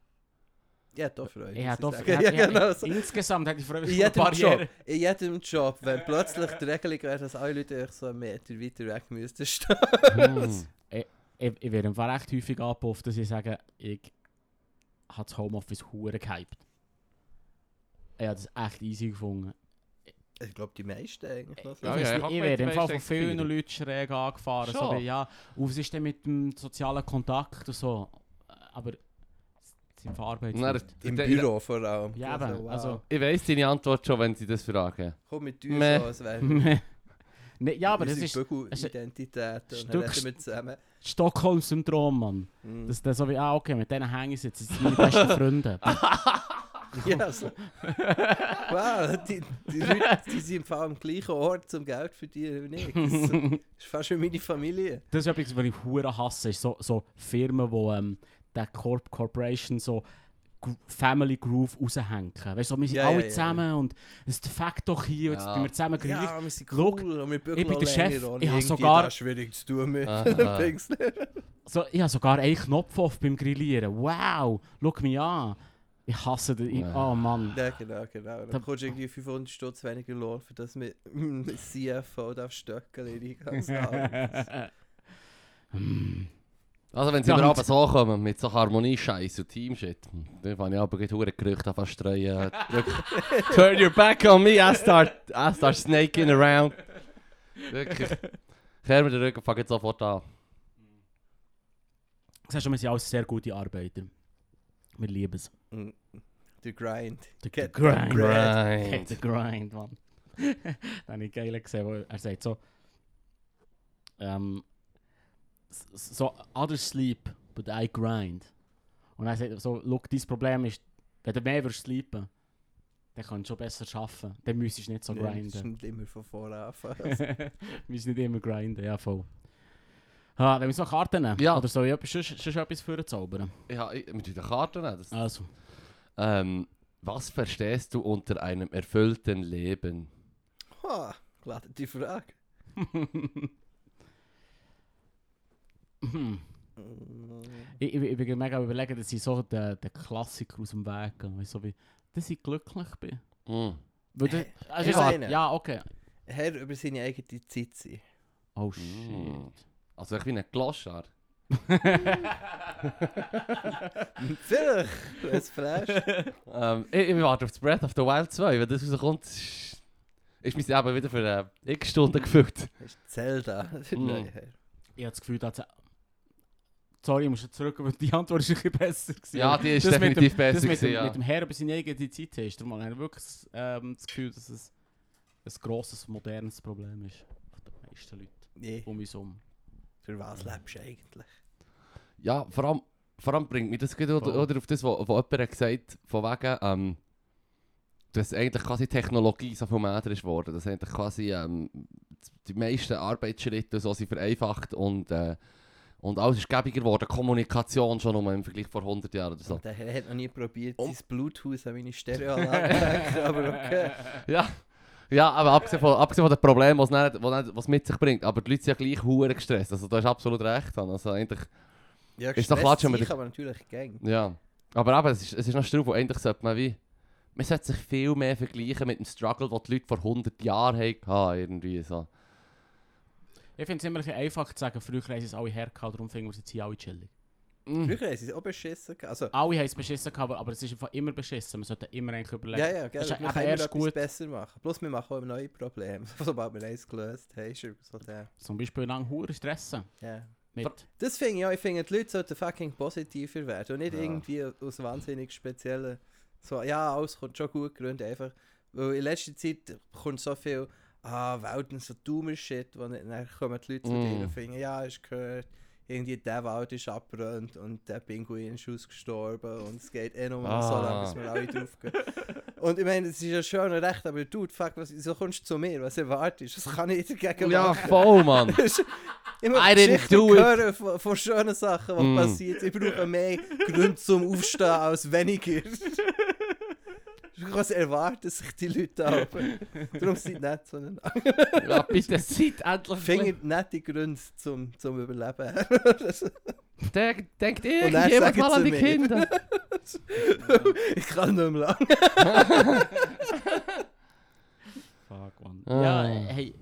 C: Ich hätte auch Freude.
A: Ich hätte
C: muss
A: doch- ich
C: sagen. ja,
A: hätte-
C: genau so.
A: Insgesamt hätte ich früher
C: In jedem, Job, in jedem Job, wenn plötzlich die Regelung wäre, dass alle Leute eigentlich so einen Meter weiter weg müssten stehen.
B: Hm.
A: Ich, ich werde im Fall recht häufig angepufft, dass ich sage, ich habe das Homeoffice hure gehypt. Ich habe das echt easy gefunden.
C: Ich glaube, die meisten eigentlich. noch
A: Ich,
C: so.
B: Ja,
A: weiss
B: ja, ich
A: nicht,
B: hab
A: ich
B: mir
A: werde im
B: die
A: Fall von
B: meisten
A: vielen
B: gefeiert.
A: Leuten schräg angefahren. So,
B: Schon?
A: wie, ja, auf ist denn mit dem sozialen Kontakt und so. Aber sind
B: Nein,
A: verarbeitet.
C: Im
B: der-
C: Büro vor allem.
A: Ja, eben. Also,
B: Ich weiss deine Antwort schon, wenn sie das fragen.
C: Komm mit
B: Meh.
C: dir so, als wäre
A: nee, Ne, ja, aber das ist also es ist-
C: Bügel-Identität. Und dann
A: Stück-
C: reden wir zusammen.
A: Stockholm-Syndrom, Mann.
C: Hm.
A: Das, das so wie, ah, okay, mit denen hänge ich jetzt, das sind meine besten Freunde. Ah,
C: Ja, so. wow, die, die Leute die sind im Fall am gleichen Ort zum Geld verdienen wie ich. Das ist, so, das ist fast schon meine Familie.
A: Das ist übrigens, was ich hure hasse, ist so, so Firmen, die ähm, der Corp Corporation so Gr- Family Groove raushängen. Weißt du, so, wir sind
C: Ja,
A: alle
C: ja, ja,
A: zusammen und es defekt doch hier und jetzt
B: Ja.
A: tun wir zusammen grillen.
C: Ja, wir sind
A: Look,
C: cool und wir bügeln
A: ich bin der
C: auch
A: Chef,
C: länger, ohne
A: ich habe
C: irgendwie
A: sogar-
C: das schwierig zu tun mit
B: Aha.
C: Dings.
A: So, ich habe sogar einen Knopf auf beim Grillieren. Wow, schau mich an. Ich hasse den. Ich,
B: Ja.
A: oh Mann.
C: Ja, genau, genau.
A: Da-
C: Dann
B: ah.
C: kommst du irgendwie 500 Stutz weniger Lohn, für das mit mm, CFO darf stöckeln in die ganze Arbeit.
A: Hm.
B: Also wenn sie
A: Ja,
B: mir
A: und-
B: aber so kommen, mit so Harmonie-Scheiß und Teamshit, dann fange ich aber gleich verdammt Gerüchte an fast streuen. Wirklich. Turn your back on me, I start, I start snaking around. Wirklich. Kehr mir den Rücken, fang jetzt sofort an.
A: Siehst du, wir sind alles sehr gute Arbeiter. Wir lieben es.
C: Der Grind.
A: Der-
C: Get
A: der Grind.
C: bread.
A: Hey,
B: Right.
A: der Grind, Mann. Dann habe ich geil gesehen, wo er sagt so. Ähm, s- so, others sleep, but I grind. Und er sagt so: Look, dein Problem ist, wenn du mehr würdest sleepen, dann kannst du schon besser arbeiten. Dann müsstest du nicht so
C: Nee, das ist
A: grinden.
C: nicht immer von vorne anfangen.
A: Wir müssen nicht immer grinden, ja voll. Ah, dann müssen wir Karten nehmen.
B: Ja.
A: Oder soll ich etwas, sonst, sonst etwas vorzaubern?
B: Ja, ich- mit den Karten. Das,
A: Also,
B: ähm, was verstehst du unter einem erfüllten Leben?
C: Ha, geladene Frage.
A: Hm.
C: Mm.
A: ich, ich, ich bin mega am überlegen, dass ich so den, den Klassiker aus dem Weg gehe. Weißt du, so wie, dass ich glücklich bin.
B: Hm.
A: Weil du, also
C: ich
A: ja,
C: sehe ihn.
A: ja, okay.
C: Herr über seine eigene Zeit sein.
A: Oh
B: Mm.
A: shit.
B: Also ich bin ein Gloschar.
C: Vielleicht, ein Flash.
B: Ähm, ich, ich warte auf das Breath of the Wild 2, wenn das rauskommt, ist ist mein Leben wieder für äh, x Stunden gefüllt.
C: Das ist Zelda. Der
B: Mm.
C: neue Herr.
A: ich habe das Gefühl, dass... Sorry, ich muss jetzt zurück, aber die Antwort ist ein bisschen besser. Gewesen.
B: Ja, die ist
A: Das mit
B: definitiv
A: Das
B: besser
A: mit,
B: gewesen,
A: dem,
B: ja.
A: mit dem Herr über seine eigene Zeit ist, darum habe ich wirklich ähm, das Gefühl, dass es ein grosses, modernes Problem ist. Von den meisten Leuten
C: Nee,
A: um uns herum.
C: für was lebst du eigentlich?
B: Ja, vor allem, vor allem bringt mich das gerade oder,
A: Voll.
B: oder auf das, was jemand hat gesagt von wegen, ähm, dass eigentlich quasi Technologie so viel mehr ist geworden, dass eigentlich quasi ähm, die meisten Arbeitsschritte so sind vereinfacht und, äh, und alles ist gäbiger geworden, Kommunikation schon nur im Vergleich vor 100 Jahren oder so.
C: Der Herr hat noch nie probiert,
B: Um-
C: sein Bluetooth an meine Stereoanlage zu hacken, aber okay.
B: Ja, ja aber abgesehen von, abgesehen von den Problemen, was es nicht- was es nicht- was es mit sich bringt. Aber die Leute sind ja gleich hure gestresst. Also, du hast absolut recht. Hannes. Also, eigentlich,
C: Ja,
B: Ist doch Klatsch, wenn man
C: ich
B: dich-
C: aber natürlich gang.
B: Ja. Aber eben, es ist, es ist noch Struf, wo endlich sollte man wie... Man sollte sich viel mehr vergleichen mit dem Struggle, den die Leute vor 100 Jahren hatten, irgendwie so.
A: Ich finde es immer ein bisschen einfach zu sagen, früher haben sie es alle hergehauen, darum finden wir es jetzt hier alle chillig.
B: Mm.
C: Früher haben sie es auch beschissen. gehabt. Also,
A: Alle haben es beschissen gehabt, aber- aber es ist einfach immer beschissen. Man sollte immer eigentlich überlegen.
C: ja, ja, gell,
A: Das ist
C: man
A: eben
C: kann immer
A: erst
C: etwas
A: gut.
C: besser machen. Plus, wir machen auch neue Probleme. Sobald wir eins gelöst haben, ist irgendwie so der.
A: Zum Beispiel lang hure stressen.
C: Ja.
A: Mit.
C: Das finde ich auch. Ich finde, die Leute sollten fucking positiver werden und nicht
B: Ja.
C: irgendwie aus wahnsinnig speziellen. So, ja, alles kommt schon gut Gründen einfach. Weil in letzter Zeit kommt so viel, ah, Welt und so dummer Shit, wo dann dann kommen die Leute zu
B: Mm.
C: dir und finden, ja, hast du gehört, irgendwie der Wald ist abgebrannt und der Pinguin ist ausgestorben und es geht eh nur noch so
B: Ah.
C: lange, bis wir alle draufgehen. Und ich meine, es ist ja schön und recht, aber dude, fuck, was, so kommst du zu mir, was erwartest du? Das kann ich dagegen
B: Ja,
C: machen.
B: voll, Mann.
C: Ich muss
B: I didn't
C: Geschichten
B: do it.
C: hören von, von schönen Sachen, die
B: Mm.
C: passiert. Ich brauche mehr Gründe zum Aufstehen als weniger. Was erwarten sich die Leute ab? Darum sind nicht so ein
B: Ah, ja, bitte seid endlich...
C: Finger nicht die Gründe zum, zum Überleben.
B: Der- Denkt
C: dann
B: irgendjemand
C: sagen
B: mal an
C: sie
B: die
C: mir.
B: Kinder.
C: ich kann nicht mehr lang.
A: Fuck, man.
B: Ah.
A: Ja, äh. hey.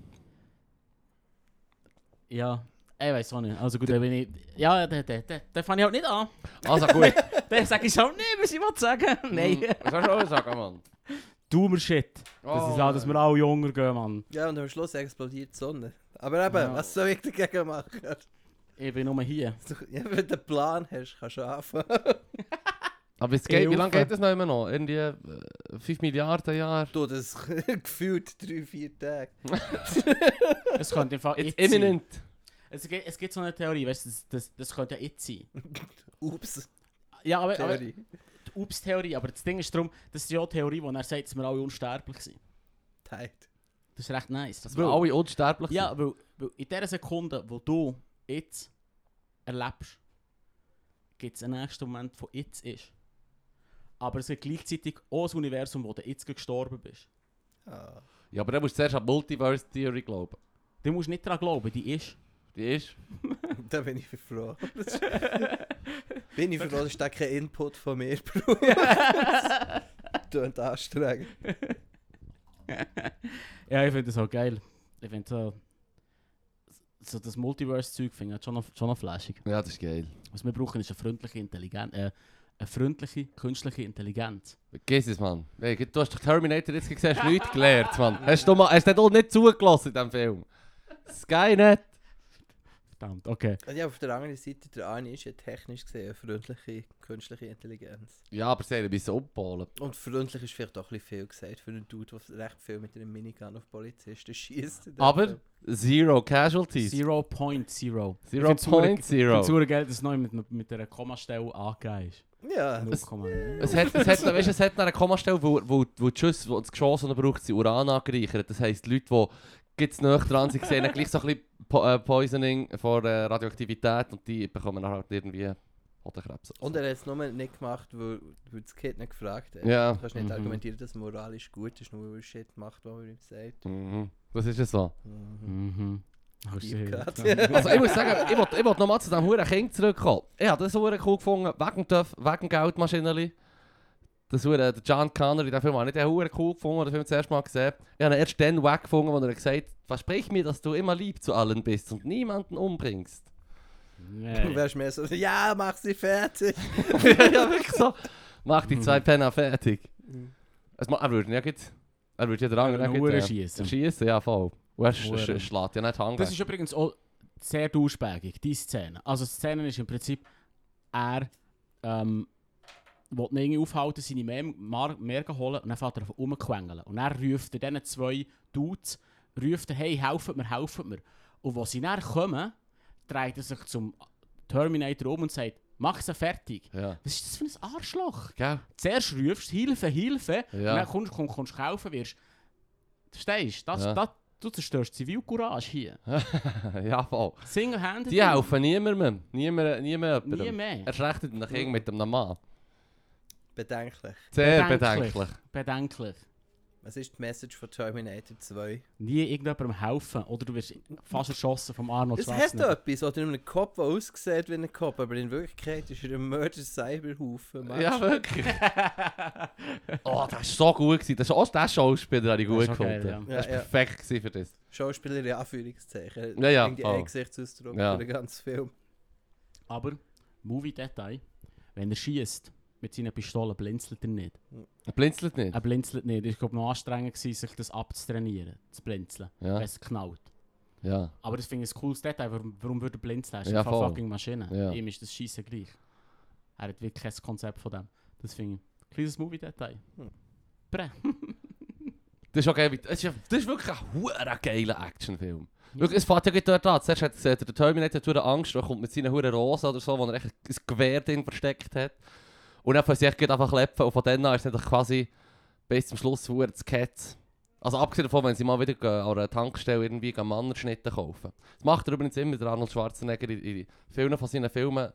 A: Ja, ich weiß auch nicht. Also gut, da bin ich. Ja, den, den, den, den fange ich halt nicht an.
B: Also gut.
A: Den sage ich halt nicht, was ich will
C: Mm.
A: sagen.
B: Nein.
A: Nein.
B: Was hast du auch sagen, Mann?
A: Dummer Shit. Das
B: Oh,
A: ist ja, dass wir alle jünger gehen, Mann.
C: Ja, und am Schluss explodiert die Sonne. Aber eben,
A: Ja.
C: was soll ich dagegen machen?
A: Ich bin nur hier.
C: Ja, wenn du einen Plan hast, kannst du anfangen.
B: Aber es
A: Ich
B: geht, wie lange
A: hoffe-
B: geht das noch immer noch? Irgendwie äh, 5 Milliarden Jahre?
C: Du, das gefühlt drei, vier Tage.
A: Es könnte im Fall
B: It's
A: jetzt sein.
B: imminent.
A: Es gibt, es gibt so eine Theorie, weißt du, das, das, das könnte ja jetzt sein.
C: Ups,
A: Ja, aber, aber die
C: Theorie.
A: Ups-Theorie, aber das Ding ist darum, das ist ja die Theorie, wo er sagt, dass wir alle unsterblich sind.
C: Tight.
A: Das ist recht nice.
B: Dass wir
A: Weil-
B: alle unsterblich
A: Ja, weil, weil in der Sekunde, wo du jetzt erlebst, gibt es einen nächsten Moment, der jetzt ist. Aber es gibt gleichzeitig auch das Universum, wo du jetzt gerade gestorben bist.
C: Ah.
B: sind. Ja, aber dann musst du zuerst an die Multiverse-Theory glauben.
A: Du musst nicht daran glauben, die ist.
B: Die ist...
C: Da bin ich froh. bin ich froh, das ist da kein Input von mir, Bruder. Das Tönt anstrengend.
A: Ja, ich finde das auch geil. Ich finde so, so das Multiverse-Zeug finde ich halt schon noch, schon noch flashig.
B: Ja, das ist geil.
A: Was wir brauchen ist eine freundliche Intelligenz, äh, eine freundliche künstliche Intelligenz.
B: Vergiss es, Mann. Hey, du hast doch Terminator jetzt gesehen, hast nichts gelernt, Mann. Hast du mal, hast du doch nicht zugelassen in diesem Film? Skynet.
A: Verdammt, okay.
C: Und Also ja, auf der anderen Seite, der Ani ist ja technisch gesehen eine freundliche künstliche Intelligenz.
B: Ja, aber sie haben ein bisschen umgepolen.
C: Und freundlich ist vielleicht auch ein bisschen viel gesagt für einen Dude, der recht viel mit einem Minigun auf Polizisten schießt.
B: Aber zero casualties. Zero,
A: Zero point zero.
B: point zero.
A: Ich finde es geil, dass es neu mit, mit einer Kommastelle angegeben ist.
C: Ja,
A: Null Komma.
B: Äh, Es hat, es hat, weißt, du, es hat noch eine Kommastelle, wo, wo, wo die Schüsse, wo das Geschoss, das er braucht, sind Uran angereichert. Das heisst, Leute, die gibt's näher dran sind, sehen dann gleich so ein bisschen po äh, Poisoning vor äh, Radioaktivität und die bekommen dann halt irgendwie Hodenkrebs.
C: und er hat es nur nicht gemacht, weil, weil das Kind nicht gefragt hat.
B: Ja.
C: Du kannst nicht
A: Mhm.
C: argumentieren, dass moralisch gut ist, nur weil er Shit macht, was man ihm sagt.
B: Mhm. Das ist es so.
C: Mhm.
A: Mhm. Oh, shit.
C: Deep Cut.
B: Also ich muss sagen, ich wollte wollt nochmal zu diesem huren Kind zurückkommen. Ich habe das huren cool gefunden, wegen dem, Töff- wegen dem Geldmaschinerli. Das huren, der John Connor in dem Film, habe ich den huren cool gefunden, den Film das erste Mal gesehen. Ich habe ihn erst dann wack gefunden, wo er gesagt hat, versprich mir, dass du immer lieb zu allen bist und niemanden umbringst.
C: Du wärst mehr so, ja, mach sie fertig.
B: ja, wirklich so. Mach die zwei Penner fertig. Es ma- er würde nicht, gut- er würde jeder
A: würde
B: andere
A: ihn
B: gut, äh,
A: Mhm. huren schiessen.
B: Schiessen, ja voll. Und er sch-
A: Huren.
B: sch- schlägt ja nicht Hang
A: Das
B: weg.
A: ist übrigens auch sehr duschbägig, die Szene. Also die Szene ist im Prinzip, er ähm, will ihn irgendwie aufhalten, seine Mer- Mar- Mergen holen und dann fährt er auf rumquengeln. Und dann ruft er diesen zwei Dudes, ruft er, hey, helfet mir, helfet mir. Und als sie dann kommen, dreht er sich zum Terminator um und sagt, mach sie fertig.
B: Ja.
A: Was ist das für ein Arschloch?
B: Gell?
A: Zuerst rufst du Hilfe, Hilfe,
B: Ja.
A: und dann kommst du komm, kommst du kaufen wirst. Verstehst du? Das,
B: Ja.
A: das, du zerstörst Zivilcourage hier.
B: ja voll.
A: Single-handed.
B: Die helfen niemandem. Niemand, niemand
A: Nie
B: jemandem.
A: mehr.
B: Er schlechtet ihn Kind mit dem Mann.
C: Bedenklich.
B: Sehr
A: Bedenklich.
B: bedenklich.
A: Bedenklich.
C: Was ist die Message von Terminator 2?
A: Nie irgendjemandem helfen. Oder du wirst fast erschossen vom Arnold
C: Es hat
A: Schwarzenegger.
C: etwas, oder einem Kopf, der aussieht wie ein Kopf, aber in Wirklichkeit ist er ein Mörder-Cyberhaufen. Mann.
B: Ja, wirklich. oh, das war so gut. Gewesen. Das ist auch der Schauspieler, den ich gut
A: ist auch geil,
B: gefunden
A: ja.
B: Das war
C: Ja, ja.
B: perfekt gewesen für das.
C: Schauspieler in Anführungszeichen.
B: Ja, ja,
C: Die
B: voll.
C: einen Gesichtsausdruck
B: Ja.
C: für den ganzen Film.
A: Aber, Movie-Detail, wenn er schießt mit seinen Pistolen, blinzelt er nicht.
B: Er blinzelt nicht.
A: Er blinzelt nicht. Es war noch anstrengend, gewesen, sich das abzutrainieren, zu blinzeln,
B: Ja,
A: wenn es knallt.
B: ja.
A: Aber das finde ich ein cooles Detail, warum, warum würde er blinzeln? Er ist
B: Ja,
A: einfach
B: voll.
A: eine fucking Maschine.
B: Ja.
A: Ihm ist das Scheiße gleich. Er hat wirklich kein Konzept von dem. Das finde ich ein kleines Movie-Detail.
C: Hm.
A: Prä.
B: Das ist auch geil. wie- Das ist, das ist wirklich ein hure geiler Actionfilm. Wirklich, es fängt ja gerade dort an. Zuerst hat äh, der Terminator hat Angst, dann kommt mit seinen huren Rosen oder so, wo er echt ein Gewehr drin versteckt hat. Und dann fangen sie echt einfach klappen. Und von dann an ist es dann quasi bis zum Schluss hure das Ketz. Also abgesehen davon, wenn sie mal wieder gehen, an einer Tankstelle irgendwie gehen Mannerschnitte kaufen. Das macht er übrigens immer, der Arnold Schwarzenegger, in, in vielen von seinen Filmen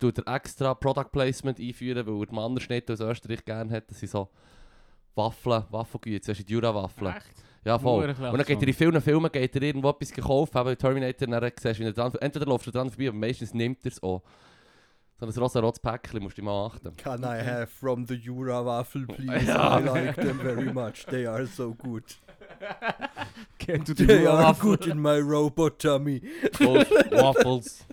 B: tut er extra Product Placement einführen, weil er die Mannerschnitte aus Österreich gerne hat. Das sind so Waffeln, Waffelgüte, zuerst die Jura-Waffeln.
A: Echt?
B: Ja, voll.
A: Hure
B: Und dann geht
A: klasse.
B: er in vielen Filmen geht er irgendwo etwas gekauft, aber Terminator, dann siehst du, wie er dran, entweder läufst du dran vorbei, aber meistens nimmt er es auch. So ein rosa-rotes Päckchen musst du mal achten.
C: Can I have from the Jura Waffel, please?
B: Ja.
C: I like them very much. They are so good.
A: Kennt du die
C: They are
A: Waffel?
C: good in my robot tummy.
B: Toast, Waffles,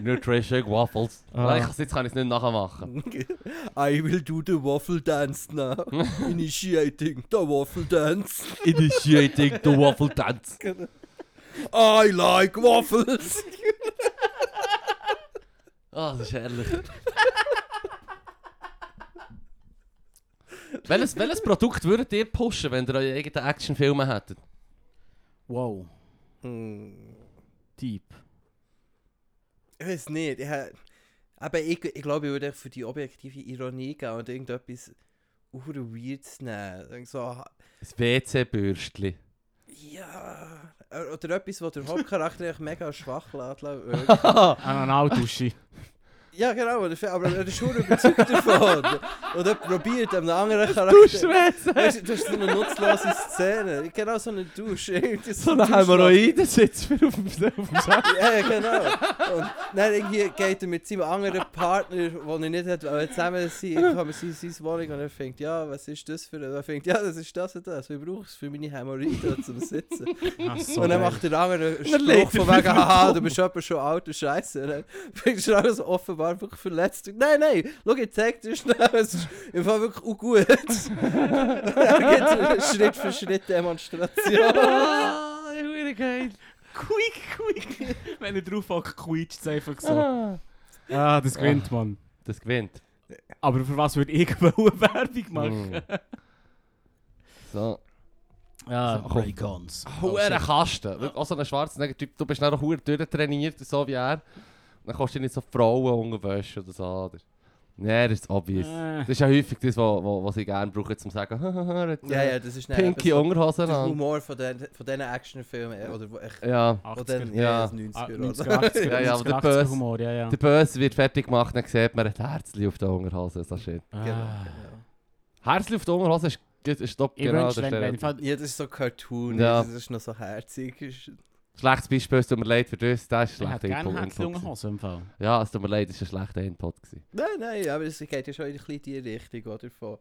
B: Nutrition, Waffles.
A: Ah.
B: Nein, ich- jetzt kann ich es nicht nachmachen.
C: I will do the waffle dance now. Initiating the waffle dance.
B: Initiating the Waffle Dance.
C: I like waffles.
B: Ah, das ist herrlich. welches, welches Produkt würdet ihr pushen, wenn ihr eure eigenen Actionfilme hättet?
A: Wow,
C: Hm.
A: deep.
C: Ich weiß nicht. Ich, hab- aber ich, ich glaube, ich würde echt für die objektive Ironie gehen und irgendetwas hure Weirdes nehmen. Irgend So,
B: Ein WC-Bürstchen.
C: ja. Oder etwas, wo der Hauptcharakter echt mega schwach lässt. glaub ich.
A: Analdusche.
C: Ja, genau, aber aber er ist schon überzeugt davon. Und er probiert einem anderen Charakter.
B: Duschwätze!
C: Weißt du, das ist so eine nutzlose Szene. Genau so eine Dusche. irgendwie
B: So eine
C: Duschlappen.
B: Hämorrhoide sitzt mir auf dem auf dem Sack.
C: Ja, genau. Und dann irgendwie geht er mit seinem anderen Partner, den er nicht hat, aber zusammen sein, kommen sie in seine Wohnung und er fängt, ja, was ist das für ein... Er fängt, ja, das ist das und das. Wir brauchen es für meine Hämorrhoide zum Sitzen.
A: Ah, so
C: und dann
A: geil.
C: macht der andere einen
B: Dann legt
C: Spruch
B: er
C: von wegen,
B: wieder
C: haha,
B: drauf.
C: du bist aber schon alt und scheiße. Und dann fängst du an, so offenbar wirklich verletzt. Und, nein, nein, schau, ich zeig dir schnell, es ist im Fall wirklich auch gut. und dann gibt es eine Schritt für Schritt Demonstration.
B: Ah, Hure geil.
A: Quick, quick. Wenn er drauf hockt, quietscht es einfach so.
B: Ah.
A: Ah, das gewinnt man. Ah,
B: Das gewinnt.
A: Aber für was würde ich wollen Werbung machen?
B: Mm. So.
A: Ja,
B: So,
A: Ray Guns. Oh,
B: Hure Kasten. Wirklich also, Auch so ein Schwarzenegger-Typ. Du bist dann auch hure durchtrainiert, so wie er. Und dann kannst du nicht so Frauen unterwäsche oder so. Oder? Nee, das ist obvious.
A: Äh.
B: Das ist ja häufig das, was, was, was ich gerne brauche, um zu sagen, er hat,
C: ja,
B: äh,
C: ja, das ist dann eben
B: pinky
C: so-
B: Unterhosen
C: Der
B: an.
C: Humor von den, von diesen Actionfilmen, äh, oder wo echt,
B: Ja.
C: wo dann,
A: 80er.
B: Ja. Ah,
C: ja, das
A: ah,
C: 90er, oder?
A: 90er,
B: Ja, ja, aber der
A: 90er,
B: Böse.
A: 80er Humor, ja, ja.
B: Der Böse wird fertig gemacht, dann sieht man ein Herzli auf der Unterhose. So shit.
A: Ah.
C: Genau, genau.
B: Herzli auf der Unterhose ist, ist, ist top
A: Ich halt-
B: genau
A: wünsche,
B: der
A: wenn, wenn,
B: Stereotyp.
A: wenn,
C: Ja, das ist so Cartoon,
B: Ja.
C: das ist noch so herzig. ist-
B: Schlechtes Beispiel, es tut mir leid für das, das ist
A: ich
B: ein
A: hätte
B: schlechter
A: gerne
B: Input.
A: Händchen
B: gewesen.
A: Hose im Fall.
B: Ja, es tut mir leid, es war ein schlechter Input. gewesen.
C: Nein, nein, aber es geht ja schon in ein bisschen die Richtung, oder? Von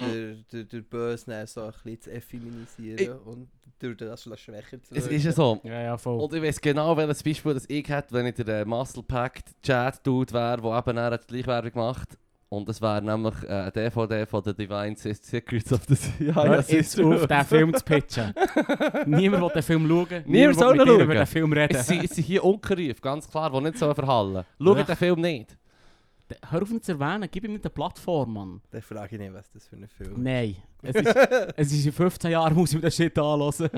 C: der, der, der Bösen dann so ein bisschen zu effeminisieren
B: Ich-
C: und durch das etwas schwächer zu
B: Es
C: wirken.
B: ist ja so.
A: Ja, ja, voll.
B: Und ich weiß genau, welches Beispiel das ich hätte, wenn ich der äh, Muscle Packed Chat Dude wäre, der eben dann die Gleichwerbung macht. Und das wäre nämlich äh, eine DVD von The Divine Sis- Secrets of the Sea. Ah,
A: Hör jetzt auf, den Film zu pitchen. Niemand will den Film schauen.
B: soll
A: will mit
B: ihn
A: dir über
B: schauen.
A: den Film
B: Es
A: reden.
B: sind, es sind hier Unkerief, ganz klar, die nicht so verhallen. Schaut
A: Ach.
B: den Film nicht.
A: Hör auf ihn zu erwähnen, gib ihm nicht eine Plattform, Mann.
C: Dann frage ich nicht, was das für ein Film
A: Nein. Es ist, es ist in 15 Jahren, muss ich mir den Shit anhören.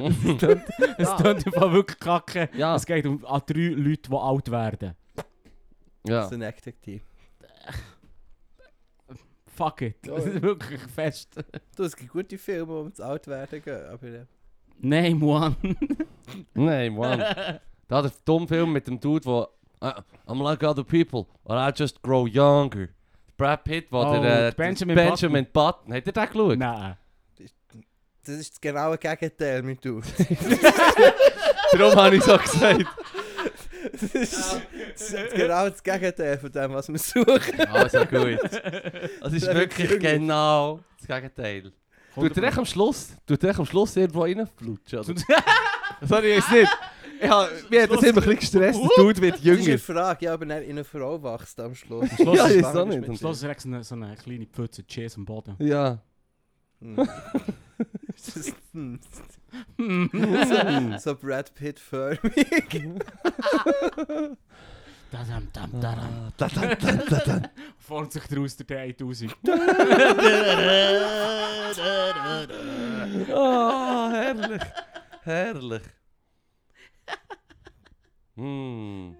A: Es
B: Ja.
A: tönt im Fall wirklich kacke.
B: Hm? Ja,
A: Es geht um an drei Leute, die alt werden.
C: ist.
B: ja.
C: So ein Acting Team.
A: Fuck it.
C: Ja,
A: Das ist
C: ja.
A: wirklich fest.
C: Du, es gibt gute Filme, um zu alt werden gehen, aber äh,
A: Nein, Mann.
B: Nein, Mann. Da der dumme Film mit dem Dude, wo äh, I'm like other people, but I just grow younger. Brad Pitt, wo
A: Oh,
B: der äh,
A: Benjamin
B: Benjamin Button. Hat ihr den geschaut?
A: Nein.
C: Das ist das genaue Gegenteil mit du.
B: Darum habe ich so gesagt.
C: Das ist das ist genau das Gegenteil von dem, was wir suchen.
B: Also gut. Das ist
C: Der
B: wirklich
C: Junge.
B: genau das Gegenteil. Tut er echt am Schluss, tut er echt am Schluss irgendwo reinflutschen? oder? Sorry, ich weiß nicht. Ich hab, mir hat das immer ein bisschen gestresst, der Dude wird
C: Das ist eine
B: jünger.
C: Frage, ja, aber dann in eine Frau wachst du am Schluss.
A: Schluss
B: Ja,
A: ist
B: ich
C: es
B: weiß auch
A: Am
B: nicht.
A: Schluss ist rechts so eine, so eine kleine Pfütze Cheese am Boden.
B: Ja.
C: Hm. Das ist- hm. so Brad Pitt förmig.
A: Da dam dam da dam. Vorne sich draus der 1000.
B: Ah, herrlich. Herrlich. Hm.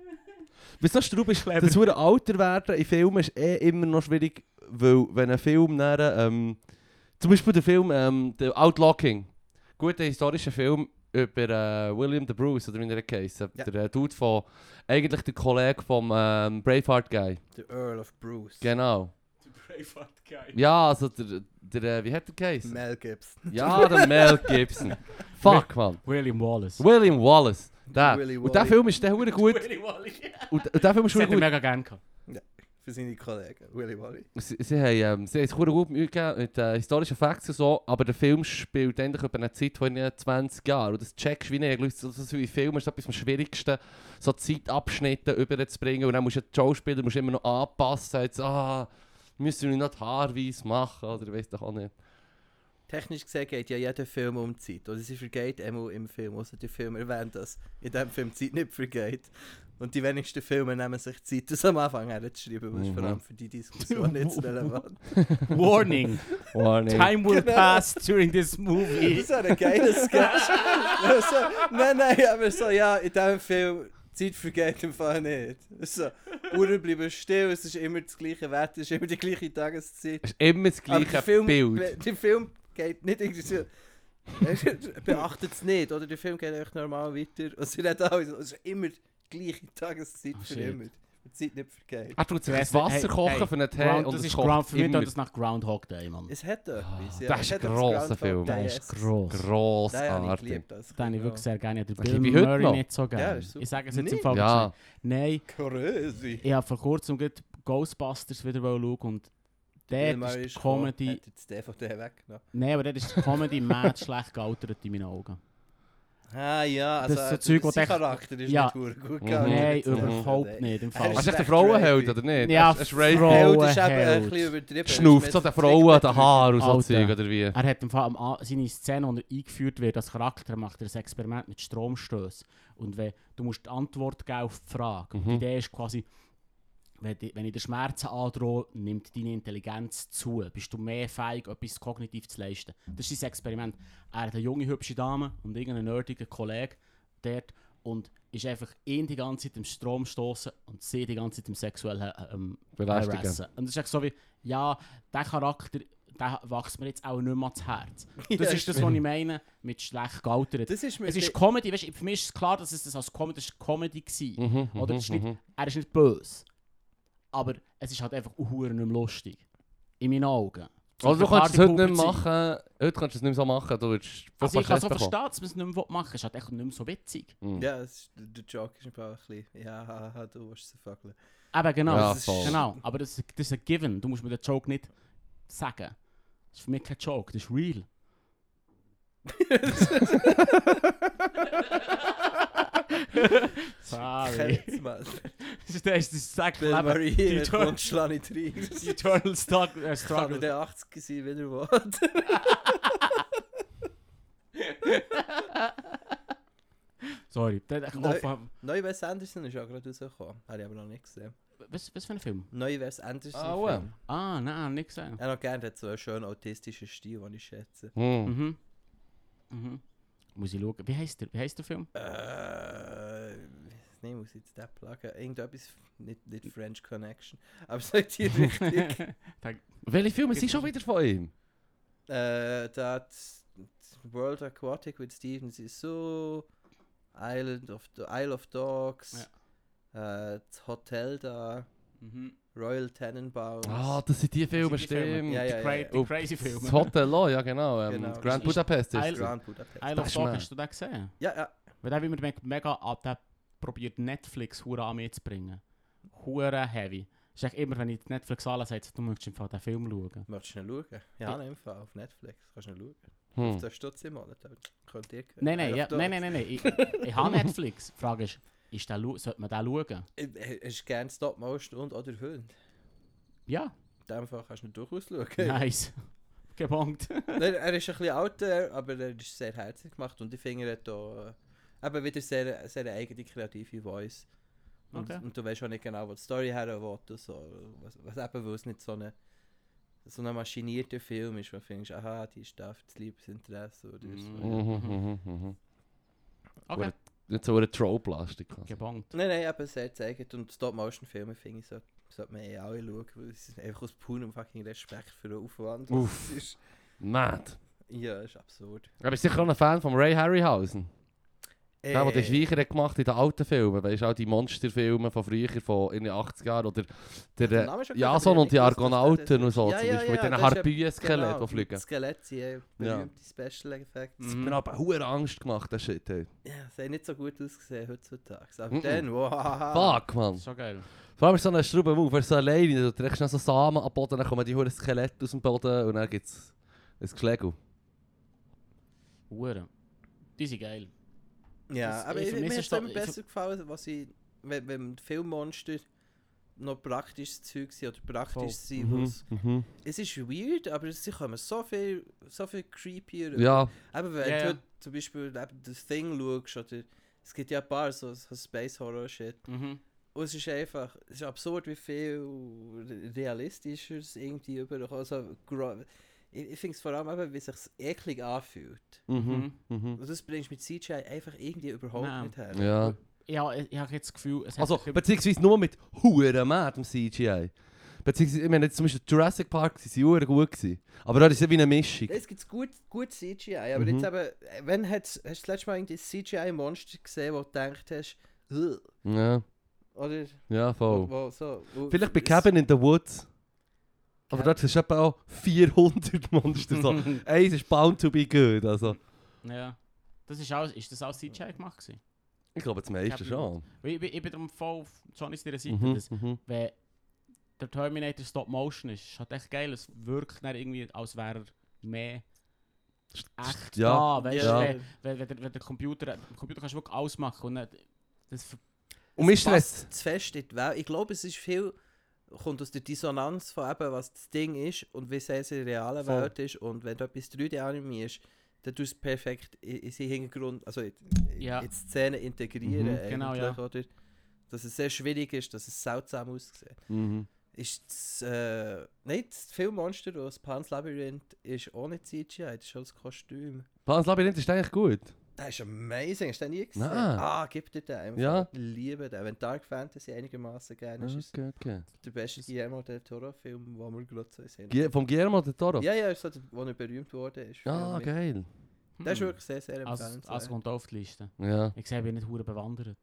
B: Weißt du, das Straub ist, das hure Alter werden in Filmen ist eh immer noch schwierig, weil wenn ein Film dann, ähm, zum Beispiel der Film ähm, The Outlocking, guter historischer Film über äh, William the Bruce oder in der Case,
C: Ja.
B: der äh, Dude von, eigentlich der Kollege vom ähm, Braveheart Guy.
C: The Earl of Bruce.
B: Genau.
A: Braveheart Guy.
B: Ja, also der, der äh, wie hat der Case?
C: Mel Gibson.
B: Ja, der Mel Gibson. Fuck, man.
A: William Wallace.
B: William Wallace. Der.
C: Willy
B: und der
C: Wally.
B: Film ist der hure gut.
A: William Wallace.
B: Und und der Film
A: Das
B: ist hure
A: hätte ich
B: gut.
A: mega gerne gehabt.
C: Für seine Kollegen. Willy Wally.
B: Sie, sie haben ähm, sie haben sich hure gut Mühe gegeben mit äh, historischen Facts und so, aber der Film spielt endlich über eine Zeit von irgendwie 20 Jahren. Und das checkst du wie nicht. Ich glaube, Das ist wie in Filmen ist etwas am schwierigsten, so Zeitabschnitte überzubringen. Und dann musst du die Schauspieler musst du immer noch anpassen. Jetzt, ah, müssen wir nicht haarweise machen oder weiss doch auch nicht.
C: Technisch gesehen geht ja jeder Film um die Zeit. Oder sie vergeht einmal im Film. Also der Film erwähnt, dass in diesem Film die Zeit nicht vergeht. Und die wenigsten Filme nehmen sich die Zeit, das am Anfang herzuschreiben, was
B: Mhm.
C: vor allem für die Diskussion jetzt relevant
A: Warning. Oh, Time will
C: Genau.
A: pass during this
C: Das
A: movie.
C: ist ein geiler Sketch. so, nein, nein, aber so, ja, in diesem Film, die Zeit vergeht im Fall nicht. So, Uhren bleiben still, es ist immer das gleiche Wetter, es ist immer die gleiche Tageszeit.
B: Es ist immer das
C: Aber der
B: gleiche
C: Film,
B: Bild.
C: Der Film geht nicht irgendwie so... Beachtet es nicht, oder? Der Film geht einfach normal weiter. Und sie reden alles. Es ist immer die gleiche Tageszeit
A: Oh,
C: für
A: shit.
C: immer. Die Zeit nicht vergeht.
B: Er tut sich
A: Hey,
B: das Wasser
A: hey,
B: kochen
A: hey,
B: für einen Tee
A: Ground,
B: und
A: das
B: es
A: ist
B: kocht
A: Ground, für mich
B: immer.
A: klingt das nach Groundhog Day, Mann.
C: Es hat etwas, ja.
B: das
C: Es
B: ist
C: hat
B: ein
C: etwas
B: grosser
C: Groundhog
B: Film.
A: Der
C: Day
A: ist
C: esque.
A: gross.
C: Den habe ich
B: Grossartig.
C: geliebt. als
A: Den habe ich
C: Kind,
A: wirklich sehr gerne. Ich habe
B: Ich
A: den
B: liebe
A: Bill
B: heute
A: Murray
B: noch.
A: nicht so
C: Ja,
A: gerne.
C: ist super.
A: ich sage es jetzt im
C: Nee.
A: Fall
B: Ja,
A: wirklich. Nein,
C: ja. Crazy.
A: ich habe vor kurzem gerade Ghostbusters wieder schauen und
C: Bill
A: dort
C: Murray äh,
A: ist die
C: gekommen,
A: Comedy...
C: Hat jetzt die DVD weggenommen.
A: Nein, aber dort ist die Comedy mad schlecht gealtert in meinen Augen.
C: Ah ja, also
A: Das ist so
C: äh,
A: Zeug, wo
C: sein
A: du echt-
C: Charakter ist
A: Ja.
C: nicht verdammt gut
B: Mhm.
C: gegangen.
A: Nein,
C: Jetzt, ne?
A: überhaupt nicht. Im Fall.
C: Er
B: Hast
C: ist
B: du echt ein
C: recht
B: Frauenheld,
C: rapey.
B: oder nicht?
A: Ja,
B: Hast- hast Ray-
A: Frau-
C: Held ist eben ein
A: Frauenheld.
C: bisschen übertrieben.
B: Schnauft so der Frau an den Haaren und so
A: Alter.
B: Zeug, oder wie?
A: Er hat im Fall am A- seine Szene, wo er eingeführt wird als Charakter, macht er ein Experiment mit Stromstößen. Und wenn, du musst die Antwort geben auf die Frage. Und
B: Mhm.
A: die Idee ist quasi, wenn, die, wenn ich dir Schmerzen androhe, nimmt deine Intelligenz zu. Bist du mehr fähig, etwas kognitiv zu leisten. Das ist sein Experiment. Er hat eine junge, hübsche Dame und irgendeinen nerdigen Kollegen dort und ist einfach ihn die ganze Zeit im Strom stoßen und sie die ganze Zeit im sexuellen ähm,
B: Belästigen.
A: harassen. Und es ist echt so wie, ja, der Charakter, der wächst mir jetzt auch nicht mehr ans Herz. Das ist das, was ich meine mit schlecht gealtert.
C: Das ist mir
A: Es ist Comedy, weißt, du, für mich ist es klar, dass es das als Comedy, das ist Comedy war.
B: Mhm,
A: Oder
B: mhm,
A: das ist nicht,
B: mhm.
A: er ist nicht böse. Aber es ist halt einfach uhuere nicht mehr lustig. In meinen Augen.
B: Oder Also, du
A: Für
B: kannst es heute nicht mehr
A: Partypuber zu sein.
B: machen. Heute kannst du es nicht mehr so machen. Du würdest
A: Also ich kann so
B: Stress bekommen.
A: verstehen, dass man es nicht mehr machen will. Es ist halt echt nicht mehr so witzig.
B: Mhm.
C: Ja, es ist, der- der Joke ist einfach ein bisschen... Ja, haha, du willst sie fackeln.
A: Eben, genau.
B: Ja,
A: das ist,
B: voll.
A: genau. Aber das, ist- das ist ein Given. Du musst mir den Joke nicht sagen. Das ist für mich kein Joke, das ist real. Sorry.
C: Kennt's, Mann.
A: Das ist der erste Sack
C: Bill
A: Leben.
C: Murray
A: Die
C: hier,
A: Turtles-
C: kommt, schlag nicht rein.
A: Die Eternal Struggle. Äh,
C: Kann er
A: Struggle.
C: der 80 sein, wenn er will.
A: Sorry. Der, ich
C: Nein.
A: hoffe,
C: Neu Wes Anderson ist ja gerade rausgekommen. Habe ich aber noch nicht gesehen.
A: was, was für ein Film?
C: Neu Wes Anderson
B: Ah, wow.
C: Film.
A: Ah, nein, nicht gesehen.
C: Er hat gerne so einen schönen autistischen Stil, den ich schätze.
B: Mhm.
A: Mhm. Mhm. Muss ich schauen. Wie heißt der, wie heißt der Film?
C: Äh, nee, muss ich jetzt den plagen. Irgendetwas, nicht, nicht French Connection. Aber seid ihr richtig?
B: Welche Filme sind schon wieder von ihm?
C: äh, das World Aquatic with Steven Zissou, Island of the Isle of Dogs, äh, das Hotel da,
A: Mhm.
C: Royal Tenenbaums.
B: Ah, das sind die Filme,
A: sind die Filme.
B: stimmt.
C: Ja, ja,
A: die,
C: ja,
A: cra
C: ja.
A: die crazy Filme.
B: Das Hotel Law, ja genau. Ähm,
C: Genau.
B: Grand
A: Ist-
B: Budapest ist
A: Isle-
B: es.
C: Grand Budapest.
A: Isle of
B: Das
A: Dog,
B: ist
A: hast du den gesehen?
C: Ja, ja.
A: Weil der wird mir mega ab, der probiert Netflix hure an mich zu bringen. Hure heavy. Ist echt immer, wenn ich Netflix alle sage, du möchtest im Fall den Film schauen.
C: Möchtest du ihn schauen? Ja, in dem Fall. Auf Netflix. Kannst du ihn schauen.
B: Hm.
C: 10 Stutz im Monat. aber Könnt ihr
A: Nein, nein,
C: Isle
A: ja,
C: of Dogs.
A: nein, nein, nein, nein. Ich, ich habe Netflix. Die Frage ist, ist der, lu- sollte man den schauen?
C: Ich- ich- Hast du äh, gerne Stop-Motion und oder Hund?
A: Ja,
C: In dem Fall kannst du ihn durchaus schauen.
A: nice. Gebongt.
C: Nein, er ist ein bisschen älter, aber er ist sehr herzig gemacht und ich finde, er hat da äh, eben wieder sehr, sehr eine eigene kreative Voice. Und,
A: Okay.
C: und du weißt auch nicht genau, wo die Story her will und so. Was, was eben, weil es nicht so ein so ein maschinierter Film ist, wo du findest, aha, die ist da für das Liebesinteresse oder so.
A: Mhm.
B: Mhm, mhm, mhm.
A: Okay,
B: Nicht so eine Troll-Plastik. quasi.
A: gebongt.
C: Nein, nein, eben sehr zeigend und Stop-Motion-Filme finde ich, sollte, sollte man eh alle schauen, weil es ist einfach aus purem fucking Respekt für den Aufwand. was
B: Uff.
C: es Ist,
B: Mad.
C: ja, ist absurd.
B: Aber bist sicher auch ein Fan von Ray Harryhausen. Der,
C: Äh,
B: der den Schweicher hat gemacht in den alten Filmen. Weißt du, auch die Monsterfilme von früher, von in den 80 Jahren. Oder der
C: den
B: äh,
C: Namen schon gehört,
B: Jason
C: aber ich
B: und die
C: hab nicht gewusst, dass der das
B: Argonauten und so
C: Ja,
B: zum
C: ja,
B: Beispiel.
C: ja,
B: mit den
C: das ist ja- genau,
B: Harpien-Skeletten, die fliegen. Mhm.
C: Skelett sind ja berühmte Special Effects.
A: Mhm.
B: Das hat
A: Genau.
B: mir aber hohe Angst gemacht, der Shit. Ey.
C: Ja, sie haben nicht so gut ausgesehen heutzutage. Aber
B: Mhm.
C: dann, wow.
B: Ah. Fuck, man.
A: So geil.
B: Vor allem ist so ein Schrauben auf, wenn so alleine, du trägst noch so Samen am Boden, dann kommen die hohen Skelette aus dem Boden und dann gibt es ein Geschlägel.
A: Hure. Die sind geil.
C: Ja,
A: Das-
C: aber
A: ich
C: ich, mir
A: vermisse
C: hat
A: es
C: es
A: doch-
C: immer
A: ich
C: besser gefallen, was ich, wenn, wenn Filmmonster noch praktisches Zeug sind oder
A: Voll.
C: praktisch sind.
B: Mhm,
C: wo's-
B: mhm.
C: Es ist weird, aber sie kommen so viel, so viel creepier.
B: Ja,
C: Aber wenn
A: Ja, ja.
C: du zum Beispiel eben das Thing schaust, oder es gibt ja ein paar so, so Space-Horror-Shit.
A: Mhm.
C: Und es ist einfach, es ist absurd, wie viel re- realistischer es irgendwie überkommt. Also, gro- ich ich finde es vor allem eben, wie es sich eklig anfühlt.
B: mhm, mhm.
C: Und das bringst du mit CGI einfach irgendwie überhaupt
A: Nein.
C: nicht her.
B: Ja.
A: Ich habe ich hab jetzt das Gefühl, es hat
B: Also,
A: sich über-
B: beziehungsweise nur mit hoher Mad im CGI. Beziehungsweise, ich meine, jetzt zum Beispiel Jurassic Park, sie waren sehr gut. Gewesen. Aber da ist es wie eine Mischung.
C: Es gibt gut, gut CGI, aber
B: Mhm.
C: jetzt eben, äh, wenn hat's, hast du das letzte Mal irgendwie CGI-Monster gesehen, wo du gedacht hast, "Ugh",
B: Ja,
C: oder
B: ja,
C: wo,
B: voll.
C: wo, so. wo-
B: Vielleicht bei
C: es-
B: Cabin in the Woods. Aber
C: Cab-
B: dort hast du etwa auch 400 Monster. So. Eins ist bound to be good. Also,
A: Ja. Das ist, auch, ist das auch CGI gemacht gewesen?
B: ich glaube, das meiste
A: Cabin-
B: schon.
A: Weil Ich, bin- ich bin darum voll auf Johnny's deiner Seite.
B: Mhm,
A: dass-
B: mhm.
A: wenn der Terminator Stop Motion ist, ist halt echt geil. Es wirkt dann irgendwie, als wäre er mehr echt
B: ja,
A: da. Weißt
B: ja.
C: äh,
A: du, wenn, wenn, wenn, der, wenn der Computer, im Computer kannst du wirklich alles machen und dann, das ver-
B: Und mich
C: es passt
B: stresst.
C: zu fest in die Welt. Ich glaube, es ist viel, kommt aus der Dissonanz von eben, was das Ding ist und wie sehr es in der realen
A: Voll.
C: Welt ist. Und wenn du etwas 3D animierst, dann tust du es perfekt in, in seinen Hintergrund, also in, in-
A: Ja.
C: in die Szene integrieren.
B: Mhm.
C: eigentlich,
A: Genau, ja.
C: oder? Dass es sehr schwierig ist, dass es seltsam aussieht.
B: Mhm.
C: Ist das, äh, nein, das Filmmonster aus Pan's Labyrinth ist ohne CGI, das ist schon das Kostüm.
B: Pan's Labyrinth ist eigentlich gut.
C: Das ist amazing, hast du den nie gesehen?
B: Nein.
C: Ah, gib dir den einfach.
B: Ja.
C: Ich liebe den. Wenn Dark Fantasy einigermaßen gerne
A: Mhm.
C: ist, ist es
B: Okay, okay.
C: Der beste Guillermo del Toro-Film, den wir gerade so sehen.
B: Gie- Vom Guillermo del Toro?
C: Ja, ja, ist so, der- wo er berühmt worden ist.
B: Ah,
C: okay.
B: geil.
C: Der ist wirklich sehr, sehr
A: Also,
C: empfehlenswert.
A: also Hm. kommt auch auf die Liste.
B: Ja.
A: Ich sehe, ich bin nicht hure bewandert.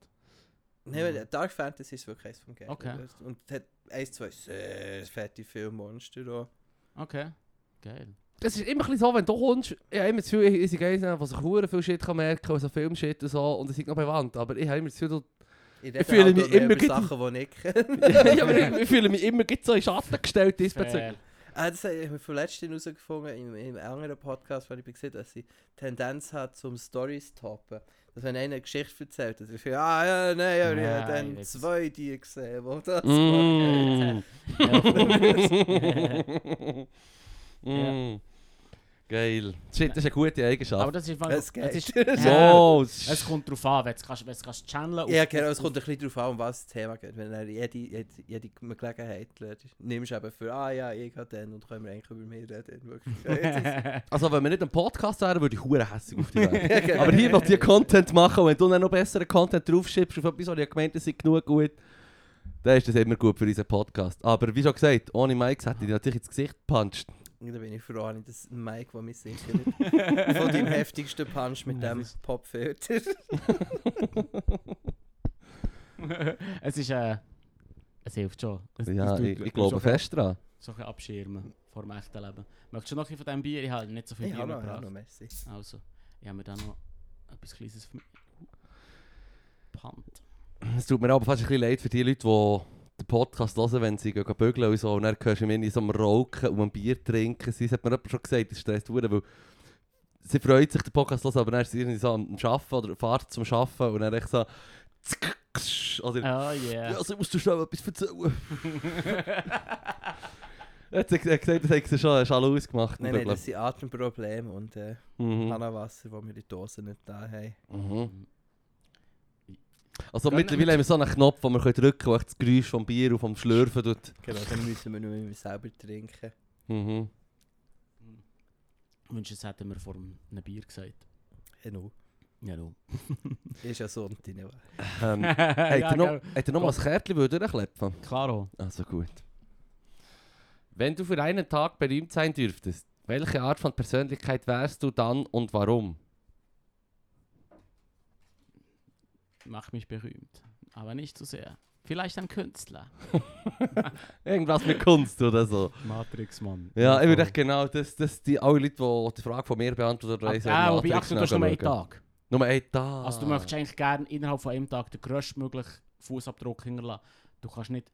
C: Nein, weil Dark Fantasy ist wirklich eins vom Game.
A: Okay.
C: Und hat eins, zwei sehr fette Filmmonster da.
A: Okay. Geil.
B: Es ist immer ein bisschen so, wenn du kommst, ich habe immer das Gefühl, ich, ich sehe einer, der sich verdammt viel Shit kann merken kann, so Filmshit und so, und ich sei noch bewandt, aber ich habe immer das Gefühl, du-
C: rede
B: fühle
C: halt
B: mich
C: auch mehr
B: immer
C: über
B: gleich-
C: Sachen, die ich kenne.
B: ja, aber ich, ich fühle mich immer gleich so in Schatten gestellt diesbezüglich.
A: Fair.
C: ah, das habe ich von letztem herausgefunden, im, im anderen Podcast, wo ich gesehen habe, dass sie Tendenz hat, zum Storys zu toppen. Dass wenn einer eine Geschichte erzählt, dass ich finde, ah, ja, nein, aber ich
A: Nein,
C: habe dann
A: jetzt-
C: zwei die gesehen, wo das
B: Mm.
A: Ja.
B: Mm. Geil. Shit, das ist eine gute
A: Aber
B: Eigenschaft.
A: das ist,
C: Es geht.
A: ist Ja,
B: Wow.
A: es kommt drauf an, wenn du es kannst, wenn du es kannst channeln
C: Ja,
A: auf-
C: genau,
A: auf-
C: es kommt ein bisschen darauf an, um was das Thema geht. Wenn er jede, jede, jede Gelegenheit lädt, nimmst du eben für, ah ja, ich habe den und können wir eigentlich über mich reden. Wirklich.
B: Also, wenn wir nicht ein Podcast wären, würde ich hure hässig auf dich werden.
C: Ja, genau.
B: Aber hier will ich Content machen, und wenn du dann noch besseren Content draufschiebst auf etwas, was ich gemeint habe, sei genug gut, dann ist das immer gut für unseren Podcast. Aber wie schon gesagt, ohne Mikes hätte ich dich natürlich ins Gesicht gepuncht.
C: Und Da bin ich froh, dass das Mike, der mich sichert. Von deinem heftigsten Punch mit dem Popfilter.
A: es ist äh, ein Es hilft schon. Es,
B: Ja,
A: es tut-
B: ich,
A: tut
B: ich glaube
A: schon
B: fest dran.
A: So ein bisschen abschirmen vor dem echten Leben. Möchtest du noch ein bisschen von diesem Bier? Ich habe nicht so viel
C: Ich
A: Bier
C: habe noch, ich
A: mitgebracht.
C: habe noch, merci.
A: Also, ich habe mir dann noch etwas Kleines für mich... Uh. Pant.
B: Es tut mir aber fast ein bisschen leid für die Leute, die den Podcast hören, wenn sie gehen bügeln und so. Und dann hörst du mich in so am Rauchen und am Bier trinken. Sie das hat mir jemand schon gesagt, das stresst verdammt, weil sie freut sich, den Podcast zu hören, aber dann ist sie irgendwie so am Arbeiten oder fahrt zum Arbeiten und dann echt so...
A: Oh
B: Oder, ja,
A: yeah.
B: also ich muss dir schnell etwas erzählen. Jetzt hat er gesagt, das hat sie schon, schon alles gemacht.
C: Nein, nein, das sind Atemprobleme und äh,
B: mhm.
C: Hanawasser, wo wir die Dosen nicht da haben.
B: Mhm.
A: Mhm.
B: Also
A: Ja,
B: mittlerweile
A: nein,
B: haben wir so einen Knopf, den wir können drücken können, der echt das Geräusch vom Bier und vom Schlürfen tut.
C: Genau, dann müssen wir nur immer selber trinken.
B: Mhm.
A: Ich wünsche, das hätten wir vor einem Bier gesagt.
C: Genau.
A: Ja, du.
C: Ist ja Sonntag. ne?
B: Ähm, hat er noch, hat er noch mal ein Kärtchen würde durchklepfen?
A: Klaro.
B: Also gut. Wenn du für einen Tag berühmt sein dürftest, welche Art von Persönlichkeit wärst du dann und warum?
A: Mach mich berühmt. Aber nicht zu sehr. Vielleicht ein Künstler.
B: Irgendwas mit Kunst oder so.
A: Matrix-Mann.
B: Ja, ich würde echt genau, das, das die alle Leute, die die Frage von mir beantwortet haben, sollen
A: Ah, wobei,
B: Matrix
A: ach, du tust nur
B: nachschauen.
A: einen Tag.
B: Nur einen Tag.
A: Also du möchtest eigentlich gerne innerhalb von einem Tag den grösstmöglichen Fußabdruck hinterlassen. Du kannst nicht...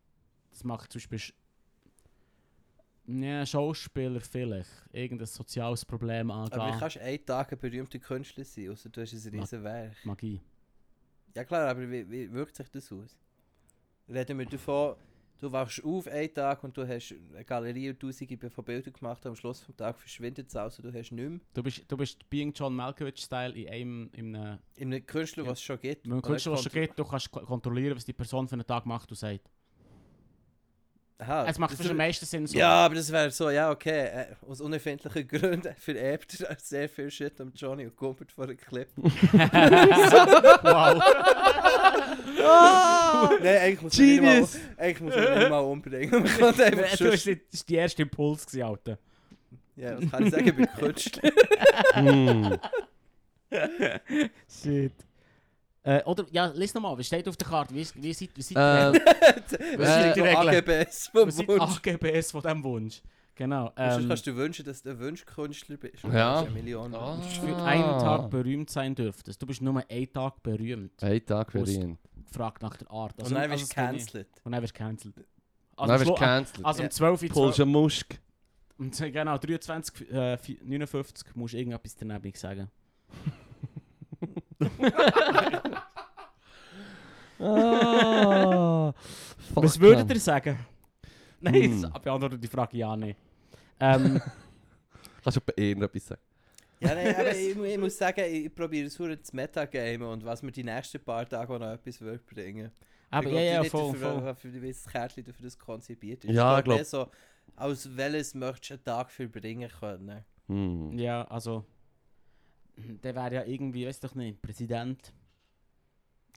A: Das macht zum Beispiel... Sch- Ja, Schauspieler vielleicht. Irgendein soziales Problem angehen.
C: Aber du kannst einen Tag ein berühmter Künstler sein, außer du hast ein riesen Werk.
A: Magie.
C: Ja klar, aber wie, wie wirkt sich das aus? Reden wir davon, du wachst auf einen Tag und du hast eine Galerie und tausende von Bildern gemacht, am Schluss des Tages verschwindet es also, du hast nichts mehr.
A: Du bist, du bist Being John Malkovich-Style in einem... In einem
C: In einem Künstler, was es schon gibt.
A: wenn ein
C: Und
A: Künstler, was
C: dann
A: schon
C: kommt-
A: geht, du kannst ko- kontrollieren, was die Person für einen Tag macht und sagt.
C: Aha,
A: Es macht
C: Ah, das
A: für den meisten Sinn so.
C: Ja, aber das wäre so, ja okay, äh, aus unerfindlichen Gründen vererbt er sehr viel Shit am Johnny und Gumpert vor einem Clip.
A: wow.
C: Nein, eigentlich muss man ihn nicht
B: Genius!
C: mal, eigentlich muss man ihn nicht mal umbringen. Man kann einfach
A: das war
C: schon...
A: die- das war der erste Impuls, gewesen, Alter.
C: Ja, was kann ich sagen, ich bin Künstler.
B: Hm.
A: Shit. Äh, oder, ja, lies nochmal, was steht auf der Karte? Wie, ist- wie seid wie seid-
C: Eh,
B: Ähm,
C: Das
A: sind
C: sind
A: die
C: die
A: Regeln?
C: AGBs
A: wie
C: vom
A: seid
C: Wunsch.
A: AGBs von diesem Wunsch? Genau.
C: Und sonst
A: Ähm,
C: kannst du dir wünschen, dass du ein Wunschkünstler bist. Und
B: Ja.
C: dann hast du Eine Million.
B: Ah.
A: für einen Tag berühmt sein dürftest. Du bist nur einen Tag berühmt.
B: einen Tag berühmt.
A: Gefragt nach der Art.
C: Und dann wirst
A: es
C: du
A: geht nicht.
C: gecancelt.
A: Und dann wirst du cancelled.
B: Also Dann
A: am
B: wirst du
A: Schlu-
B: gecancelt.
A: also um
C: Ja.
A: 12 Uhr
B: Pulst einen Muschk.
A: Um zu- Genau, 23, äh, vi- 59 musst du irgendetwas daneben sagen.
B: Ah,
A: Was
B: fuck,
A: würdet
B: man.
A: ihr sagen? Nein,
B: Hm.
C: Hmm.
A: ich beantworte die Frage ja, nein. Ähm,
B: Kannst du bei irgendetwas sagen?
C: Ja, nein, aber ich, mu- ich muss sagen, ich probiere es verdammt zu Metagame und was mir die nächsten paar Tage auch noch etwas wird bringen
A: aber
C: ich
A: ja,
C: glaub,
A: ja,
C: nicht
A: voll,
C: dafür,
A: voll.
C: Für, wie das Kärtchen dafür das konzipiert ist.
B: Ja,
C: mehr so, als welches möchtest du einen Tag verbringen können?
B: Hm.
A: Ja, also... Der wäre ja irgendwie, weiß doch nicht, Präsident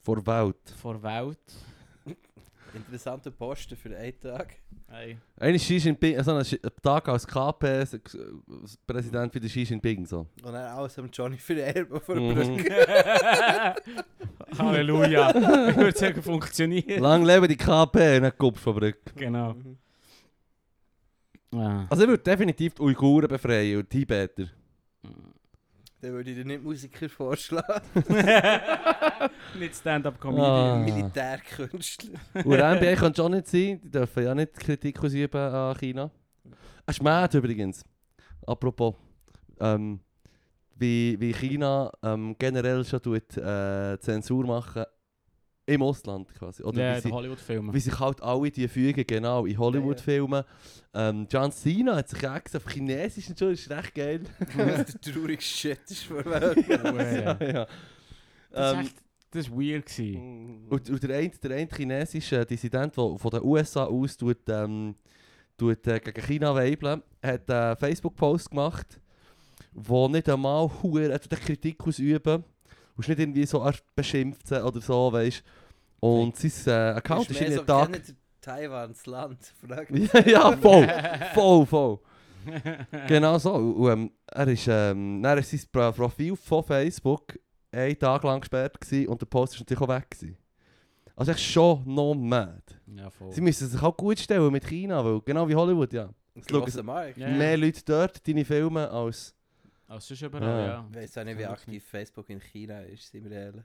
B: Vor Welt.
A: vor Welt.
C: Interessante Posten für einen Tag.
A: Hey.
B: Einer Xi Jinping, so ein Xi- ein Tag als KPS, äh, Präsident für den Xi Jinping. So.
C: Und dann alles am Johnny vererben vor
B: Mhm.
C: der Brücke.
A: Halleluja. Ich würde sagen, funktioniert.
B: Lang lebe die KP und dann Kopf von Brück.
A: Genau.
C: Mhm.
A: Ja.
B: Also ich würde definitiv die Uiguren befreien und die Tibeter.
C: Dann würde ich dir nicht Musiker vorschlagen,
A: nicht Stand-up-Comedian.
B: Ah.
C: Militärkünstler.
B: Und der NBA kann schon nicht sein, die dürfen ja nicht Kritik ausüben an China. Es ist mad übrigens. Apropos. Ähm, wie, wie China ähm, generell schon tut, äh, Zensur machen im Ausland quasi. Ah, Oder
A: Ja,
B: wie,
A: der
B: sie,
A: Hollywood-Film.
B: wie sich halt alle die fügen, genau, in Hollywood-Filmen. Ähm, John Cena hat sich auch gesagt, auf Chinesisch schon, ist recht geil.
C: Was der traurigste Shit ist von der Welt.
A: Ja.
B: ja.
A: Das war
B: Ähm,
A: echt das war weird. Gewesen.
B: Und, und der eine der eine chinesische Dissident, der von den USA aus tut, ähm, tut, äh, gegen China weibeln, hat einen Facebook-Post gemacht, wo nicht einmal Huren, er tut eine Kritik ausüben. Und ist nicht irgendwie so Art beschimpft oder so, weißt Und sein äh, Account ist
C: mehr
B: in
C: so,
B: den Tag.
C: kennt ihr Taiwans Land. Frage.
B: ja, ja, voll! Voll, voll! genau so. Und, und, ähm, er ist, ähm, dann ist sein Pro- Profil von Facebook einen Tag lang gesperrt gewesen und der Post ist natürlich auch weg. Gewesen. Also echt schon noch mad.
A: Ja, voll.
B: Sie müssen sich auch gut stellen mit China, weil genau wie Hollywood, ja. Es schauen
C: Grosser Markt.
A: Ja,
B: mehr
A: ja.
B: Leute dort deine Filme als...
A: Als sonst überall,
B: Ja.
A: ja.
C: Ich weiß auch nicht, wie
A: Ja,
C: aktiv Facebook in China dus ist, sind wir ehrlich.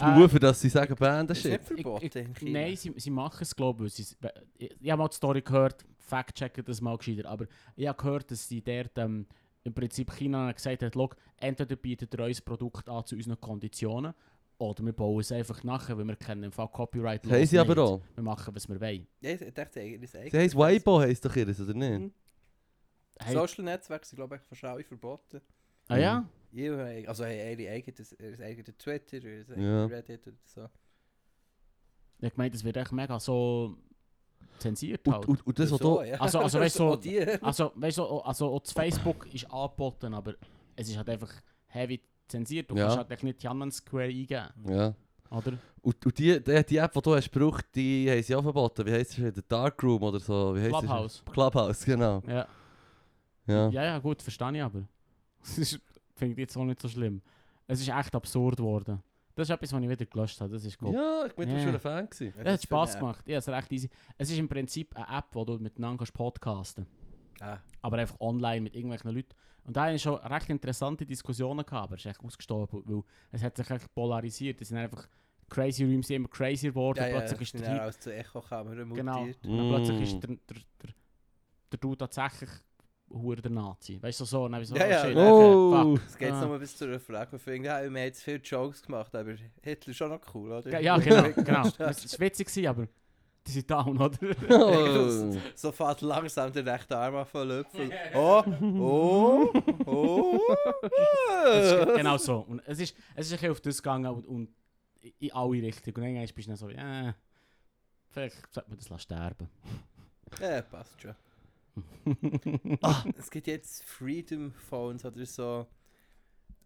A: Ah.
B: Genug, für dass sie sagen, Band, das
C: Ist nicht
B: shit.
C: verboten
A: Ich,
C: in
A: ich,
C: China.
A: nein, sie, sie machen es, glaube ich. weil sie- Ich, ich habe mal die Story gehört, fact-checken das mal gescheiter. Aber ich habe gehört, dass sie dort ähm, im Prinzip China gesagt hat: «Schau, entweder bietet ihr euer Produkt an zu unseren Konditionen oder wir bauen es einfach nachher, weil wir kennen im Fall Copyright.
B: Das haben sie
A: nicht.
B: aber auch.
A: Wir machen, was wir wollen.
C: Ja, ich dachte, eigentlich ist es
B: Sie heisst Weibo, heisst doch ihres, oder
A: Hm?
B: nicht?
A: Hey,
C: Social Netzwerke sind, glaube ich, fast alle verboten.
A: ah ja?
C: Ja, haben- also haben ihre eigenes, ihres eigenen Twitter, ihres eigenen
B: Ja.
C: Reddit oder so.
A: Ich meine, das wird echt mega so zensiert
B: Und,
A: halt.
B: und, und das, was du...
C: ja.
A: Also- also weißt du,
C: Auch die.
A: Also, weißt du, also auch das Facebook ist angeboten, aber es ist halt einfach heavy zensiert. Du
B: Ja.
A: kannst halt echt nicht Tiananmen Square eingeben,
B: Ja.
A: oder?
B: Und, und die, die, die App, die du hast gebraucht, die haben sie auch verboten. Wie heisst es? wieder? Darkroom oder so? Wie heisst es?
A: Clubhouse.
B: Clubhouse, genau.
A: Ja.
B: Ja.
A: ja, ja, gut, verstehe ich aber. Das ist- finde ich jetzt auch nicht so schlimm. Es ist echt absurd geworden. Das ist etwas, was ich wieder gelöscht habe, das ist cool.
B: Ja, ich bin
A: Ja.
B: yeah. schon ein Fan gewesen.
A: Es hat Spass gemacht, ja, es ist recht easy. Es ist im Prinzip eine App, wo du miteinander kannst podcasten
C: Ah,
A: aber einfach online mit irgendwelchen Leuten. Und da haben schon recht interessante Diskussionen gehabt, aber es ist echt ausgestorben, weil es hat sich echt polarisiert. Es sind einfach crazy Rooms immer crazier geworden.
C: ja, ja,
A: plötzlich ist der
C: ja,
A: Typ-
C: aus zur Echo-Kamera
A: genau,
C: mutiert.
A: und plötzlich
B: Mm.
A: ist der, der, der, der Dude tatsächlich hure der Nazi. Weißt du so? Und dann hab ich so
C: Ja,
A: oh,
C: ja.
A: shit,
B: Oh!
A: okay,
C: Es geht
A: Ah.
C: nochmal bis zu einer Frage, wo ich finde, ja, wir haben jetzt viele Jokes gemacht, aber Hitler ist schon noch cool,
A: fuck.
C: oder?
A: Ja, genau, genau. Es war witzig, gewesen, aber die sind down, oder?
B: Oh.
C: So fährt langsam der rechte Arm an von Löpfel. Oh, oh, oh.
A: Es ist genau so. Und es ist, es ist ein bisschen auf das gegangen und, und in alle Richtungen. Und irgendwann bist du dann so, ja, vielleicht sollte man das lassen sterben.
C: Ja, passt schon. Es gibt jetzt Freedom Phones oder so.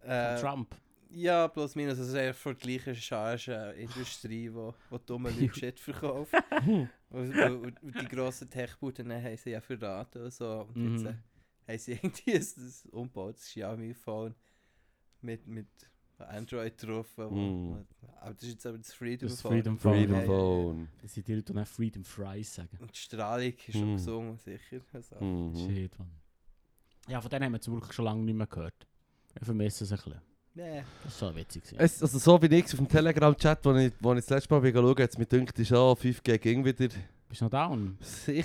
C: Äh,
A: Trump.
C: ja, plus minus. Also eher von der gleichen Charge äh, Industrie, wo, wo dumme Leute Shit verkauft. und, und, und die grossen Tech-Buden äh, haben sie ja verraten und so. Und jetzt äh,
A: Mhm.
C: haben sie irgendwie ein, ein umgebautes Xiaomi-Phone mit, mit Android drauf. Wo,
B: Mhm.
C: Aber das ist jetzt aber das Freedom
A: Das
C: Phone.
A: Freedom Phone.
B: Freedom
C: Ja, ja, ja.
B: Phone.
A: Das sind die Leute, die dann Freedom Fries sagen.
C: Und die Strahlung ist schon
B: Mhm.
C: gesungen, sicher. Also,
B: Mhm.
A: Shit, Mann. Ja, von denen haben wir jetzt wirklich schon lange nicht mehr gehört. Ich vermisse es ein bisschen.
C: nee.
A: Das war schon witzig. gewesen.
B: Es, also so wie ich auf dem Telegram-Chat, wo ich, wo ich das letzte Mal bin schauen, jetzt mir gedacht, ist auch 5G ging wieder.
A: Bist du noch down?
B: Sicher,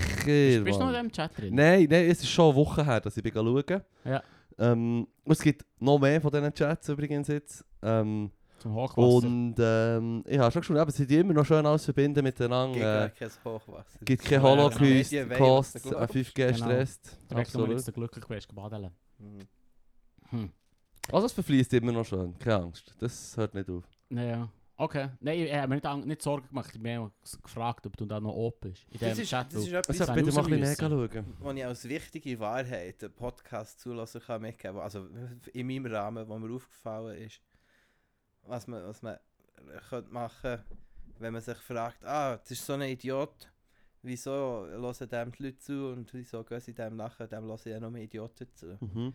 A: bist du noch in
B: Mann.
A: diesem Chat drin?
B: Nein, nein, es ist schon eine Woche her, dass ich bin schauen.
A: Ja.
B: Ähm, es gibt noch mehr von diesen Chats übrigens jetzt. Ähm,
A: Zum Hochwasser.
B: und ähm, ich habe schon geschaut, aber sie die immer noch schön alles verbinden
C: Gegen
B: miteinander. Äh,
C: kein Hochwasser.
B: gibt kein
A: Ja, genau.
B: Holocaust,
C: Die wollen,
B: Kost, äh,
C: was du
B: ein
C: glaubst.
B: 5G stresst.
A: Direkt, wenn du
B: Absolut.
A: jetzt glücklich bist, gebadeln.
C: Mhm.
B: Also es verfließt immer noch schön, keine Angst. Das hört nicht auf.
A: Naja. Okay. Nein, ich habe mir nicht, Ang- nicht Sorgen gemacht. Ich habe mich gefragt, ob du da noch oben bist. In
C: Das
A: diesem
C: ist,
A: Chat.
C: das ist
A: weil-
C: etwas,
B: Also
A: Das
B: bitte mal ein bisschen näher
A: müssen.
B: schauen.
C: was ich als wichtige Wahrheit den Podcast zulassen kann mitgeben. Also in meinem Rahmen, wo mir aufgefallen ist, was man, was man könnte machen wenn man sich fragt, ah, das ist so ein Idiot, wieso hören dem die Leute zu und wieso gehen sie dem nachher, dem hören ja noch mehr Idioten zu.
B: Mhm.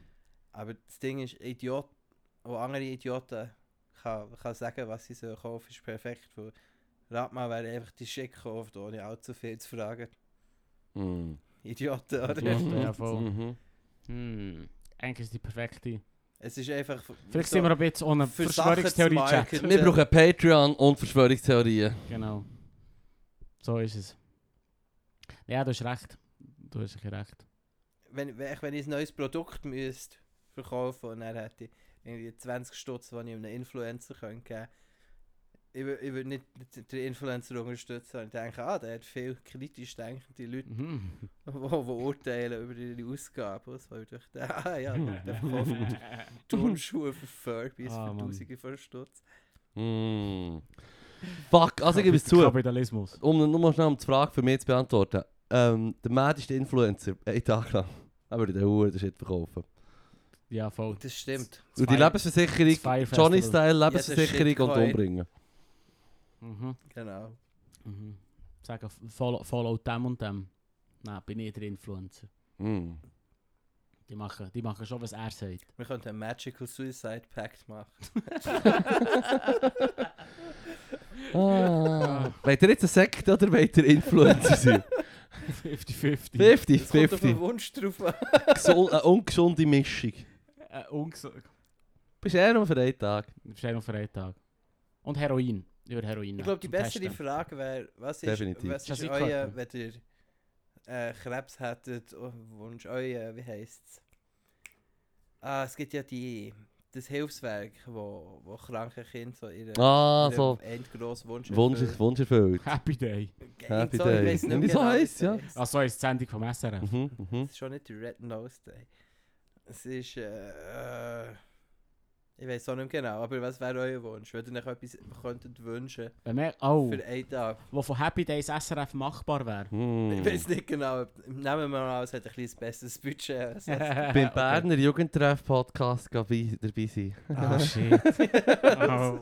C: Aber das Ding ist, Idiot, wo andere Idioten kann, kann sagen, was sie so kaufen, ist perfekt. Weil rat mal, wer einfach die Schick kauft, ohne allzu viel zu fragen.
B: Mhm.
C: Idioten, oder?
A: Idioten, ja, voll.
B: Mhm.
A: Hm. Eigentlich ist die perfekte.
C: Es ist einfach.
A: Vielleicht
C: so-
A: sind wir ein bisschen ohne
C: für Sachen zu
A: Verschwörungstheorie-Chat.
C: marketen.
B: Wir brauchen Patreon und Verschwörungstheorien.
A: Genau. So ist es. Ja, du hast recht. Du hast sicher recht.
C: Wenn, wenn, ich, wenn ich ein neues Produkt müsste verkaufen und dann hätte ich irgendwie 20 Stutz, die ich einem Influencer könnte geben ich wür- ich würde nicht den Influencer unterstützen. Ich denke, ah, der hat viel kritisch denkende Leute,
A: Mhm.
C: die, die urteilen über ihre Ausgaben. Das war ich dachte, ah ja, der verkauft Turnschuhe für Furbies
A: Ah,
C: für
A: Mann.
C: Tausende von Stutz.
B: Mhm. Fuck, also ich gebe es zu.
A: Kapitalismus.
B: Um nur mal schnell um die Frage für mich zu beantworten. Ähm, der Matt ist der Influencer, Eh, einen Tag lang. Aber der Uhr, der Shit verkaufen.
A: Ja, voll.
C: Das stimmt.
A: Oh, Das
B: Und die
A: Fire- das
B: Lebensversicherung,
A: Firefestival.
B: Johnny-Style,
C: das ist
B: Lebensversicherung und
C: Shitcoin.
B: umbringen.
A: Mhm.
C: Genau.
A: Mhm. Sagen, follow, follow dem und dem. Nein, bin ich der Influencer.
B: Mhm.
A: Die machen, die machen schon, was er sagt.
C: Wir könnten einen Magical Suicide Pact machen.
B: Ah. Wollt ihr jetzt einen Sekt oder wollt ihr Influencer sein?
A: 50-50.
B: 50,
C: Es kommt auf den
B: 50.
C: Wunsch drauf an.
B: Gesund, eine ungesunde Mischung.
A: Äh, ungesund.
B: Bist eher nur für einen Tag.
A: Wahrscheinlich auf Freitag. Und Heroin. Über Heroin.
C: Ich glaube, die
A: zum
C: bessere
A: Testen.
C: Frage wäre, was ist,
B: Definitiv.
C: was
A: Das
C: ist
A: ist
C: euer,
A: klar.
C: wenn ihr äh, Krebs hättet, oh, Wunsch, euer, wie heisst's? Ah, es gibt ja die, das Hilfswerk, wo, wo kranke Kinder so ihren
B: Ah,
C: ihren
B: so.
C: endgrossen Wunsch
B: Wunsch,
C: erfüllen.
B: Wunsch erfüllt.
A: Happy Day.
C: Irgend
B: Happy
C: so, ich
B: Day.
C: weiss
B: Irgendwie
C: mehr
B: so
C: genau, wie
B: heisst's,
C: es
B: ja.
C: heisst.
A: Ah, sorry, das ist die Sendung vom SRF.
B: Mhm, mhm.
C: Es ist schon nicht der Red Nose Day. Es ist. Äh, äh, ich weiß auch nicht genau, aber was wäre euer Wunsch? Wenn ihr euch etwas könntet wünschen
A: Wenn wir, oh,
C: für einen Tag.
A: wo von Happy Days SRF machbar wäre.
B: Hm.
C: Ich weiß nicht genau. ob- Nehmen wir mal an, es hat ein kleines besseres Budget. als das.
B: Beim Berner Jugendtreff-Podcast dabei dabei sein.
A: Ah, shit. Oh.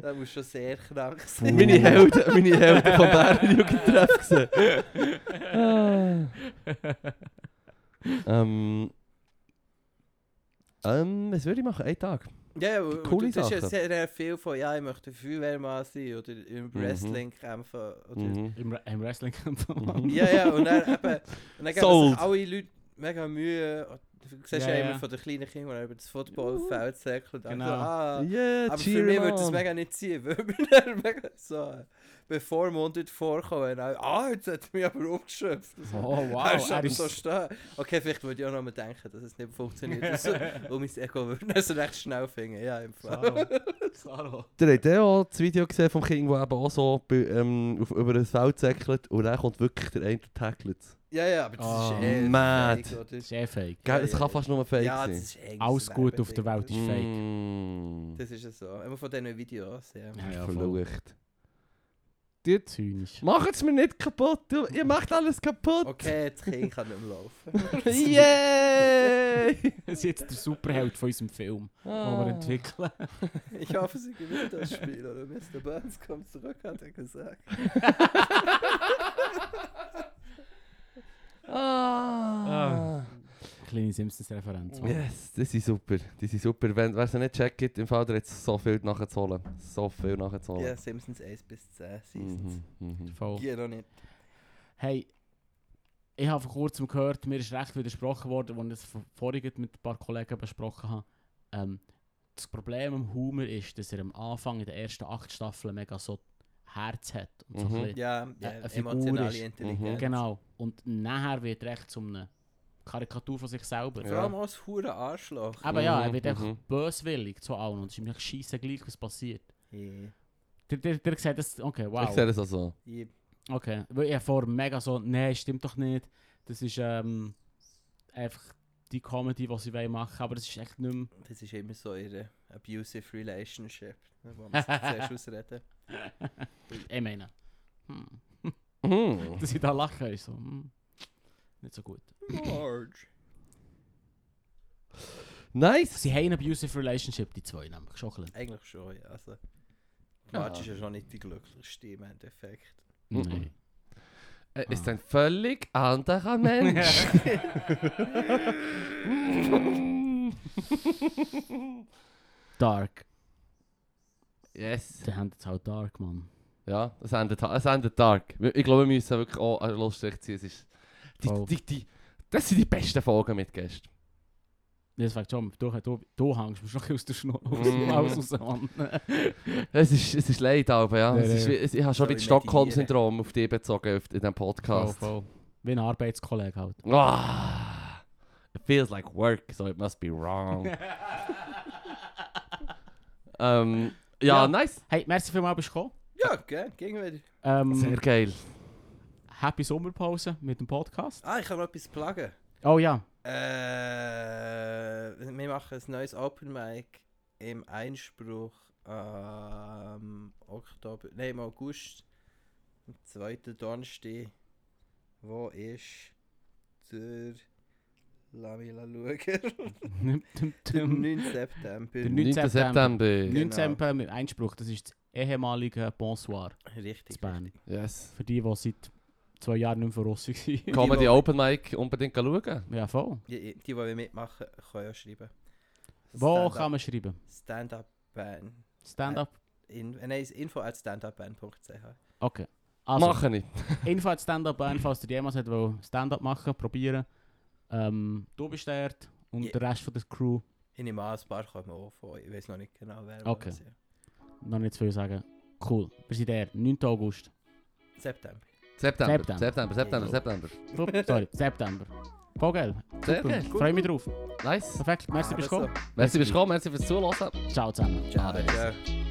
C: da muss schon sehr krank sein.
B: Meine Helden, meine Helden vom Berner Jugendtreff gesehen. Ah. ähm, ähm, was würde ich machen? Einen Tag.
C: Ja, ja, und-
B: Coole
C: und das ist ja
B: Sache.
C: sehr viel von, ja, ich möchte Feuerwehrmann sein oder im Wrestling kämpfen. Oder
B: Mhm.
A: Im, Re- im Wrestling
C: Ja, ja, und dann eben, und dann geben
B: Sold.
C: sich alle Leute mega Mühe. Du siehst
A: Ja,
C: ja,
A: ja.
C: immer von den kleinen Kindern, die über das Footballfeld säckeln. Genau.
A: Genau.
C: So, ah,
B: Yeah,
C: aber für
B: cheer
C: mich
B: him
C: würde das
B: on.
C: mega nicht sein, weil mir dann mega so äh, bevormundet vorkommen. Ah, jetzt hat er mich aber umgeschöpft. Also,
A: Oh,
C: er ist
A: wow. Er
C: aber so
A: ist,
C: stehen. Okay, vielleicht würde ich auch noch mal denken, dass es nicht funktioniert. Also, und mein Ego würde es recht schnell finden. Ja, im Fall.
B: Der hat eh auch das Video gesehen vom King, der eben auch so bei, ähm, auf, über ein Feld säckelt und dann kommt wirklich der eine und tackelt es.
C: Ja, ja, aber das
A: Ah,
C: ist eh
B: mad.
C: fake, oder?
A: das ist eh fake.
B: Gell,
C: Ja,
B: es
C: ja,
B: kann
C: ja.
B: fast nur Oh, fake
C: Ja, das
B: sein.
C: ist eh eng.
A: Alles gut auf der Welt ist fake.
B: Mm.
C: Das ist es so. Immer von diesen Videos, ja.
A: Ja, ja, voll.
B: Verlucht.
A: Zynisch.
B: Macht es mir nicht kaputt, du, ihr macht alles kaputt.
C: Okay, das Kind kann nicht mehr laufen.
B: Yay!
A: Das ist jetzt der Superheld von unserem Film, den
B: Ah.
A: wir entwickeln.
C: Ich hoffe, sie gewinnt das Spiel. Oder Mr. Burns kommt zurück, hat er gesagt.
B: Ah.
A: Kleine Simpsons-Referenz.
B: Yes, das ist super. Das ist super. Wenn wer es nicht checkt, im Fall der jetzt so viel nachzuholen. So viel nachzuholen.
C: Ja, Simpsons 1 bis 10 Seasons.
B: Oh. Mhm, mhm.
A: Voll.
C: Die noch nicht.
A: Hey, ich habe vor kurzem gehört, mir ist recht widersprochen worden, als ich es vor- vorhin gerade mit ein paar Kollegen besprochen habe. Ähm, das Problem am Humor ist, dass er am Anfang in der ersten acht Staffeln mega so Herz hat. Und so
B: Mhm.
A: ein bisschen-
C: Ja, ja
A: eine Figur
C: emotionale
A: ist-
C: Intelligenz.
B: Mhm.
A: Genau. Und nachher wird er echt zu einer Karikatur von sich selber.
C: Vor allem auch als hure Arschloch.
A: Aber ja, er
B: Mhm,
A: wird einfach
B: mhm.
A: böswillig zu allen und es ist mir scheiße gleich, was passiert.
C: Ja.
A: Der, der, der sagt das, okay, wow.
B: Ich sehe das auch so.
C: Ja.
A: Okay, weil ich vor mega so, nein, stimmt doch nicht. Das ist ähm, einfach die Comedy, die sie wollen machen, aber das ist echt nicht mehr.
C: Das ist immer so ihre abusive Relationship. ne, Wo man sich zuerst ausreden.
A: Ich meine, hm,
B: Mhm.
A: dass ich da lache, ist so, hm, nicht so gut.
C: Marge.
B: Nice!
A: Sie haben eine abusive Relationship, die zwei nämlich, schon ein bisschen.
C: Eigentlich schon, ja. Also,
B: Ja.
C: Marge ist ja schon nicht die glücklichste im Endeffekt.
B: Mhm.
A: Nein.
B: Er Äh, ist ein völlig anderer Mensch.
A: Dark.
B: yes.
A: Sie haben jetzt halt Dark, Mann.
B: Ja, es endet, es endet dark. Ich glaube, wir müssen wirklich auch einen Luststrich ziehen. Es ist die,
A: Voll.
B: die, die, das sind die besten Folgen mit Gästen.
A: Das fängt schon, du, du, du hängst mir schon ein bisschen aus der Schnur
B: Mhm.
A: aus, aus, aus Mann.
B: Es ist, es ist leid, aber ja.
A: Ja,
B: Es ist,
A: ja.
B: wie- es, ich habe schon
C: Soll
B: wieder
C: ich
B: Stockholm-Syndrom auf dich bezogen auf- in diesem
A: Voll,
B: Podcast.
A: voll. Wie ein Arbeitskollege halt.
B: Ah, it feels like work, so it must be wrong. ähm, ja,
A: Ja.
B: nice.
A: Hey, merci vielmals, bist du gekommen.
C: Ja, gell, gegen wieder.
B: Sehr
A: Ähm,
B: Mm, geil.
A: happy Sommerpause mit dem Podcast.
C: Ah, ich kann noch etwas plagen.
A: Oh ja,
C: Äh, wir machen ein neues Open Mic im Einspruch am Oktober, nein, im August, am zweiten Donnerstag. Wo ist der. Lass mich schauen. der 9. September.
A: Der 9.
B: 9. September.
C: Genau.
A: 9 September mit Einspruch, das ist das ehemalige Bonsoir
C: Richtig.
A: in Bern.
B: Yes.
A: Für die, die seit zwei Jahren nicht mehr von Rossi. gewesen.
B: Comedy
C: die-
B: Open Mic unbedingt schauen.
A: ja, voll.
C: Die, die, die wir mitmachen, können ja schreiben.
A: Wo
C: Stand-up-
A: kann man schreiben?
C: Stand-up-Band.
A: Stand-up?
C: In, äh, nein, info at standupband.ch.
A: Okay. Also,
B: Machen ich.
A: Info hat Stand-up an, falls ihr jemals hat wollt Stand-up machen, probieren. Ähm, du bist dort und
C: Ja.
A: der Rest von der Crew.
C: Ich nehme an, ein paar kommen auch vor. Ich weiß noch nicht genau, wer. wo
A: Okay.
C: das ist.
A: Noch nicht zu viel sagen. Cool. Wir sind der 9. August.
C: September.
B: September,
A: September.
B: September, September, September.
A: Upp, Sorry, September. Voll geil.
B: Sehr
A: Super.
B: geil.
A: Freue mich drauf.
B: Nice.
A: Perfekt. Merci, bist du
C: Also,
A: gekommen.
B: Merci, bist du gekommen, merci fürs Zuhören.
A: Ciao zusammen.
C: Ciao. ciao.